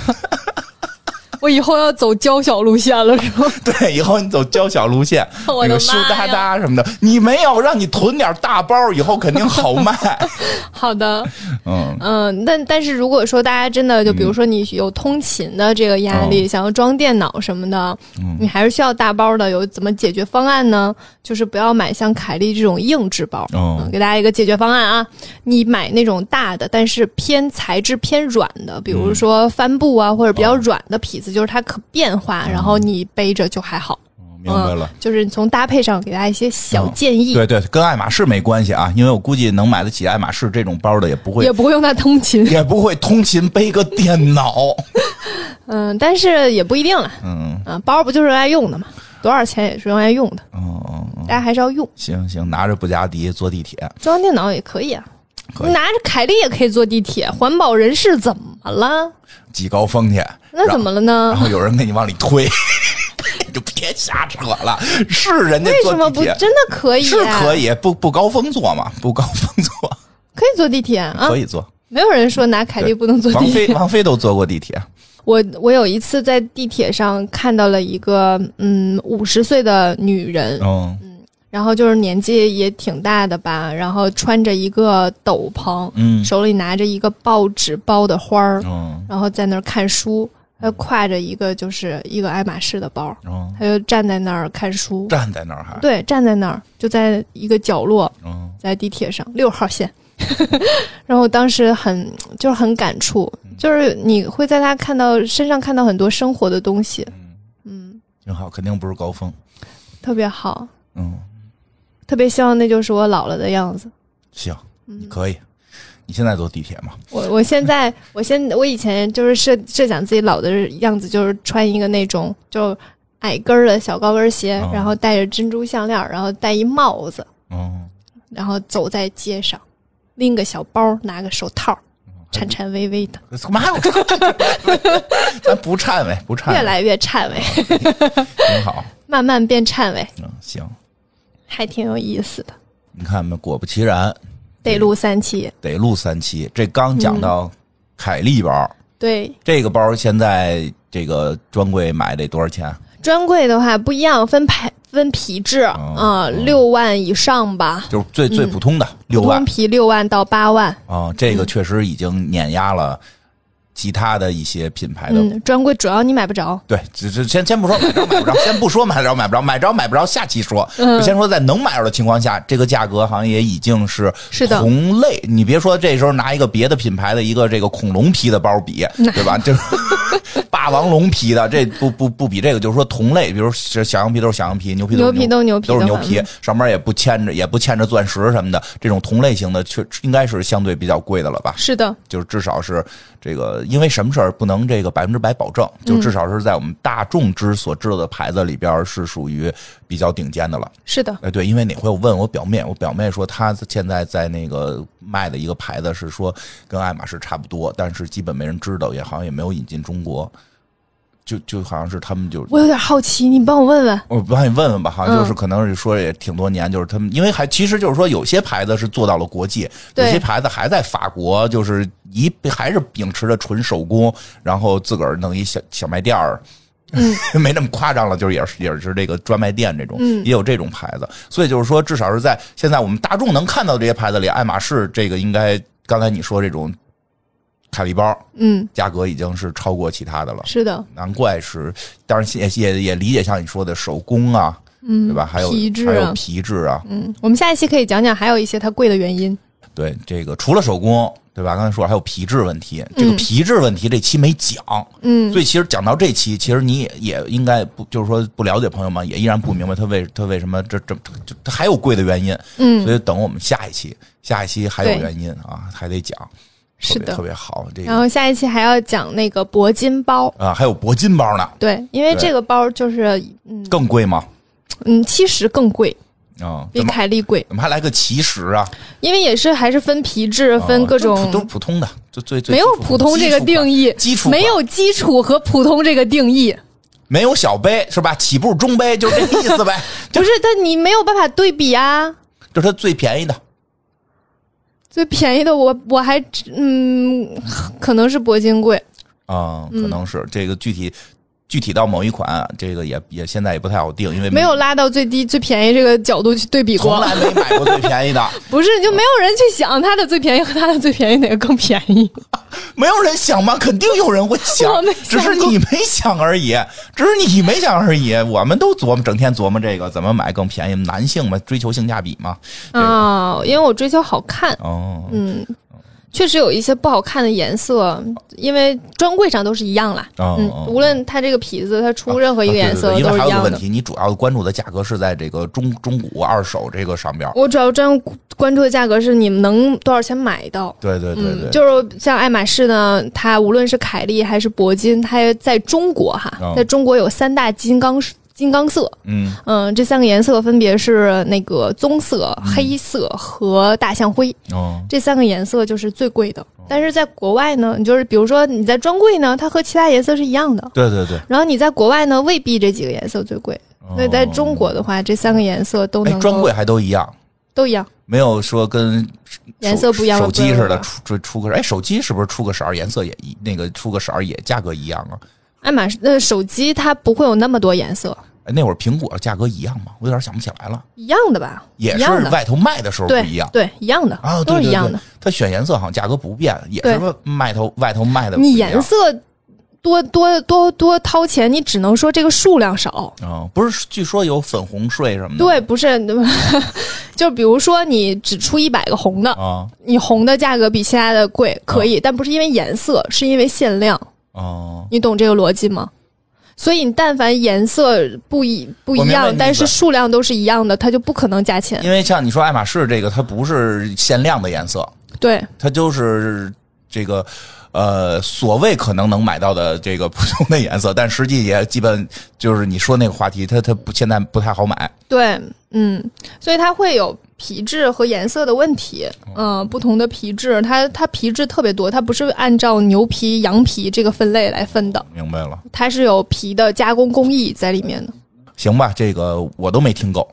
S1: 我以后要走娇小路线了，是吗？
S2: 对，以后你走娇小路线，
S1: [LAUGHS] 我
S2: 那
S1: 的
S2: 个羞
S1: 妈呀
S2: 答答什么的，你没有让你囤点大包，以后肯定
S1: [LAUGHS]
S2: 好卖。
S1: [LAUGHS] 好的，
S2: 嗯，
S1: 嗯，但但是如果说大家真的就比如说你有通勤的这个压
S2: 哦
S1: 力，想要装电脑什么的，
S2: 嗯
S1: 你还是需要大包的。有怎么解决方案呢？就是不要买像凯莉这种硬质包。
S2: 哦
S1: 嗯，给大家一个解决方案啊，你买那种大的，但是偏材质偏软的，比
S2: 嗯
S1: 如说帆布啊，或者
S2: 哦
S1: 比较软的皮子，就是它可变化，然后你背着就还好。
S2: 嗯明白了。嗯
S1: 嗯，就是从搭配上给大家一些小建议，
S2: 对对，跟爱马仕没关系啊，因为我估计能买得起爱马仕这种包的也不会
S1: 也不会用它通勤。
S2: 也不会通勤背个电脑。 [LAUGHS]
S1: 嗯，但是也不一定了。
S2: 嗯，
S1: 啊，包不就是用来用的嘛，多少钱也是用来用的，
S2: 哦哦哦，
S1: 大家还是要用。
S2: 行行，拿着布加迪坐地铁，
S1: 装电脑也可以啊，
S2: 可以
S1: 拿着凯莉也可以坐地铁，环保人士怎么了？
S2: 挤高峰去。
S1: 那怎么了
S2: 然后？然
S1: 呢？
S2: 后有人给你往里推， [LAUGHS] 你就别瞎扯了。是人家
S1: 为
S2: 坐
S1: 什么
S2: 地
S1: 不
S2: 铁
S1: 真的可以、啊？
S2: 是可，以，不不高峰坐嘛，不高峰坐
S1: 可以坐地铁啊
S2: 可！以坐。
S1: 没有人说拿凯莉不能坐
S2: 王
S1: 地
S2: 菲
S1: 铁。
S2: 王菲都坐过地铁，
S1: [LAUGHS] 我我有一次在地铁上看到了一个嗯五十岁的女人，
S2: 嗯
S1: 然后就是年纪也挺大的吧，然后穿着一个斗篷，
S2: 嗯
S1: 手里拿着一个报纸包的花儿，
S2: 嗯
S1: 然后在那儿看书，他挎着一个就是一个爱马仕的包，
S2: 嗯，
S1: 他就站在那儿看书，
S2: 站在那儿还
S1: 对，站在那儿就在一个角落，
S2: 嗯
S1: 在地铁上六号线， [LAUGHS] 然后当时很就是很感触，就是你会在他看到身上看到很多生活的东西，嗯，
S2: 挺好，肯定不是高峰。
S1: 特别好，
S2: 嗯，
S1: 特别希望那就是我老了的样子。
S2: 行，
S1: 嗯
S2: 你可以。你现在坐地铁吗？
S1: 我我现在我现我以前就是设设想自己老的样子，就是穿一个那种就矮跟儿的小高跟鞋，
S2: 哦
S1: 然后戴着珍珠项链，然后戴一帽子，
S2: 嗯，
S1: 然后走在街上，拎个小包，拿个手套，颤颤巍巍的，
S2: 干
S1: [LAUGHS]
S2: 嘛呀？咱不颤呗，不颤，
S1: 越来越颤巍， [LAUGHS]
S2: 挺好。
S1: 慢慢变颤巍，
S2: 嗯，行，
S1: 还挺有意思的。
S2: 你看吧，果不其然，
S1: 得录三期，
S2: 得录三期。这刚讲到
S1: 嗯
S2: 凯利包，
S1: 对
S2: 这个包现在这个专柜买得多少钱？
S1: 专柜的话不一样，分牌分皮质
S2: 哦
S1: 啊，六、万以上吧，
S2: 就是最最普通的六
S1: 嗯普
S2: 万哦
S1: 通皮六万到八万。
S2: 啊，这个确实已经碾压了其他的一些品牌的。
S1: 嗯，专柜主要你买不着，
S2: 对，只是先先不说买着买不着，先不说买着买不着，买着买不着，下期说。
S1: 嗯
S2: 就先说在能买着的情况下，这个价格好像也已经是
S1: 是的
S2: 同类。你别说这时候拿一个别的品牌的一个这个恐龙皮的包比，对吧？就是 [LAUGHS] 霸王龙皮的，这不不不比这个，就是说同类，比如是小羊皮都是小羊皮，牛皮都是
S1: 牛皮都是牛皮
S2: 都是
S1: 的
S2: 牛
S1: 话嗯
S2: 皮，上面也不嵌着也不嵌着钻石什么的，这种同类型的确应该是相对比较贵的了吧？
S1: 是的，
S2: 就是至少是这个，因为什么事儿不能这个百分之百保证，就至少是在我们大众之所知道的牌子里边儿是属于比较顶尖的了。
S1: 是的，
S2: 哎，对，因为哪回我问我表妹，我表妹说她现在在那个卖的一个牌子是说跟爱马仕差不多，但是基本没人知道，也好像也没有引进中国，就就好像是他们就
S1: 我有点好奇，你帮我问问。
S2: 我帮你问问吧，好像就是
S1: 嗯
S2: 可能是说也挺多年，就是他们，因为还其实就是说有些牌子是做到了国际，有
S1: 对
S2: 些牌子还在法国，就是一还是秉持着纯手工，然后自个儿弄一小小卖店儿。 [LAUGHS] 没那么夸张了，就是也是也是这个专卖店这种，
S1: 嗯
S2: 也有这种牌子，所以就是说，至少是在现在我们大众能看到的这些牌子里，爱马仕这个应该刚才你说这种凯利包
S1: 嗯，
S2: 价格已经是超过其他的了，
S1: 是的，
S2: 难怪是，当然也也也理解像你说的手工啊，
S1: 嗯，
S2: 对吧？还有
S1: 皮质
S2: 还有
S1: 啊，
S2: 皮质啊，
S1: 嗯，我们下一期可以讲讲还有一些它贵的原因。
S2: 对这个除了手工，对吧？刚才说还有皮质问题，这个
S1: 嗯
S2: 皮质问题这期没讲，
S1: 嗯，
S2: 所以其实讲到这期，其实你也也应该不就是说不了解朋友们也依然不明白他为他为什么这这这他还有贵的原因，所
S1: 嗯，
S2: 以等我们下一期，下一期还有
S1: 对
S2: 原因啊，还得讲，特
S1: 是
S2: 别
S1: 的
S2: 特。别好这
S1: 然
S2: 个
S1: 后下一期还要讲那个铂金包，
S2: 啊，还有铂金包呢，
S1: 对，因为
S2: 对
S1: 这个包就是嗯
S2: 更贵吗？
S1: 嗯，其实更贵，
S2: 啊、
S1: 比
S2: 怎么
S1: 凯利贵，
S2: 怎么还来个奇石啊？
S1: 因为也是还是分皮质，分
S2: 啊
S1: 各
S2: 都
S1: 种
S2: 普都是普通的，就最最
S1: 没有
S2: 基础
S1: 普通这个定
S2: 基础
S1: 义
S2: 款，基础款
S1: 没有基础和普通这个定义，
S2: 款，没有小杯是吧？起步中杯就这个意思
S1: [LAUGHS]
S2: 呗，
S1: 不是，但你没有办法对比啊。
S2: 就是它最便宜的。
S1: 最便宜的我我还嗯，可能是铂金贵，
S2: 啊、
S1: 嗯
S2: 可能是这个具体具体到某一款，啊这个也也现在也不太好定，因为
S1: 没有拉到最低最便宜这个角度去对比
S2: 嗯从
S1: 过，
S2: 来没买过最
S1: [LAUGHS]
S2: 便宜的，
S1: 不是就没有人去想它的最便宜和它的最
S2: [LAUGHS]
S1: 便宜哪个更便宜？
S2: 没有人想吧？肯定有人会想，
S1: 我没
S2: 只是
S1: 想过
S2: 你没想而已，只是你没想而已。我们都琢磨，整天琢磨这个怎么买更便宜，男性嘛，追求性价比嘛。
S1: 啊、因为我追求好看，
S2: 哦，
S1: 嗯，确实有一些不好看的颜色，因为专柜上都是一样啦。
S2: 哦
S1: 嗯
S2: 哦，
S1: 无论它这个皮子，它出任何一个颜
S2: 啊
S1: 色都
S2: 对对对因为
S1: 是
S2: 还
S1: 一
S2: 有个
S1: 样
S2: 问
S1: 的。
S2: 题，你主要关注的价格是在这个中中古二手这个上边儿。
S1: 我主要真关注的价格是你们能多少钱买到。
S2: 对对对对，
S1: 嗯，就是像爱马仕呢，它无论是凯利还是铂金，它也在中国哈，
S2: 哦
S1: 在中国有三大金刚金刚色，
S2: 嗯
S1: 嗯，这三个颜色分别是那个棕色、
S2: 嗯
S1: 黑色和大象灰，
S2: 哦
S1: 这三个颜色就是最贵的。但是在国外呢，你就是比如说你在专柜呢，它和其他颜色是一样的。
S2: 对对对，
S1: 然后你在国外呢，未必这几个颜色最贵。所以在中国的话，这三个颜色都
S2: 哦哎
S1: 能，够
S2: 专柜还都一样。
S1: 都一样。
S2: 没有说跟手
S1: 颜色不一样
S2: 手
S1: 的
S2: 机似的
S1: 不
S2: 出出出个哎，手机是不是出个色儿，颜色也一那个出个色儿也价格一样啊？
S1: 爱马仕呃手机它不会有那么多颜色，
S2: 哎，那会儿苹果价格一样吗？我有点想不起来了，
S1: 一样的吧？
S2: 也
S1: 一
S2: 是
S1: 样的，
S2: 外头卖的时候不
S1: 对
S2: 一样
S1: 对，一样的
S2: 啊，
S1: 都
S2: 对
S1: 是一
S2: 对
S1: 样
S2: 对
S1: 的。，
S2: 它选颜色好像价格不变，也是
S1: 对
S2: 卖头外头卖的不
S1: 你
S2: 一样
S1: 颜色多多多多掏钱，你只能说这个数量少。
S2: 啊，不是据说有粉红税什么的，
S1: 对，不是， [LAUGHS] 就比如说你只出一百个红的，
S2: 啊
S1: 你红的价格比其他的贵，
S2: 嗯
S1: 可以，但不是因为颜色，是因为限量。
S2: 啊，
S1: 你懂这个逻辑吗？所以你但凡颜色不一不
S2: 我
S1: 一
S2: 明白你的意
S1: 样
S2: 思，
S1: 但是数量都是一样的，它就不可能加钱。
S2: 因为像你说爱马仕这个，它不是限量的颜色，
S1: 对，
S2: 它就是这个呃所谓可能能买到的这个 [LAUGHS] 普通的颜色，但实际也基本就是你说那个话题，它它不现在不太好买。
S1: 对，嗯，所以它会有皮质和颜色的问题，
S2: 哦
S1: 嗯、不同的皮质，它它皮质特别多，它不是按照牛皮、羊皮这个分类来分的，
S2: 明白了，
S1: 它是有皮的加工工艺在里面的。
S2: 行吧，这个我都没听够。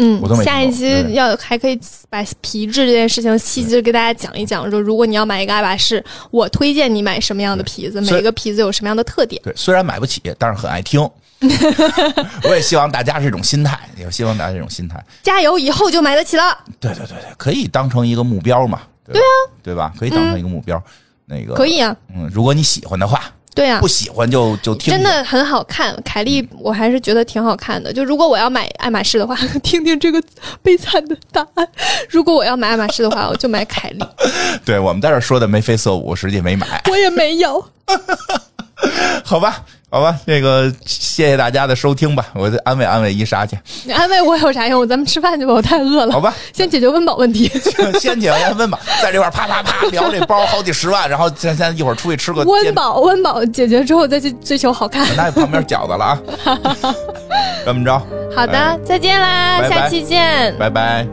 S1: 嗯
S2: 我都没，
S1: 下
S2: 听
S1: 一
S2: 过
S1: 期
S2: 对
S1: 要还可以把皮质这件事情细致给大家讲一讲，说如果你要买一个爱马仕，我推荐你买什么样的皮子，
S2: 所以
S1: 每个皮子有什么样的特点。
S2: 对，虽然买不起，但是很爱听。 [LAUGHS] 我也希望大家是一种心态，也希望大家这种心态。
S1: 加油，以后就买得起了。
S2: 对对对对，可以当成一个目标嘛？对吧对啊，对吧？可以当成一个目标。那个
S1: 可，以啊，
S2: 嗯，如果你喜欢的话，
S1: 对啊
S2: 不，嗯喜欢就就听听
S1: 真的很好看。凯莉，我还是觉得挺好看的。就如果我要买爱马仕的话， [LAUGHS] 听听这个悲惨的答案。如果我要买爱马仕的
S2: [LAUGHS]
S1: 话，我就买凯莉。
S2: 对我们在这儿说的眉飞色舞，实际没
S1: [LAUGHS]
S2: 买，
S1: 我也没有。
S2: 好吧，好吧，这个谢谢大家的收听吧，我再安慰安慰伊莎去，
S1: [LAUGHS] 你安慰我有啥用？咱们吃饭去吧，我太饿
S2: 好
S1: 了。
S2: 吧，
S1: 先解决温饱问
S2: [LAUGHS]
S1: 题。
S2: 先请先问吧，在这块儿啪啪啪聊这包好几十万，然后咱咱一会儿出去吃个煎
S1: 温饱，温饱解决之后再去追求好看。
S2: 那旁边饺子
S1: [LAUGHS]
S2: 了啊，这么着，
S1: 好的，再见啦，
S2: 拜拜
S1: 下期见。
S2: 拜拜。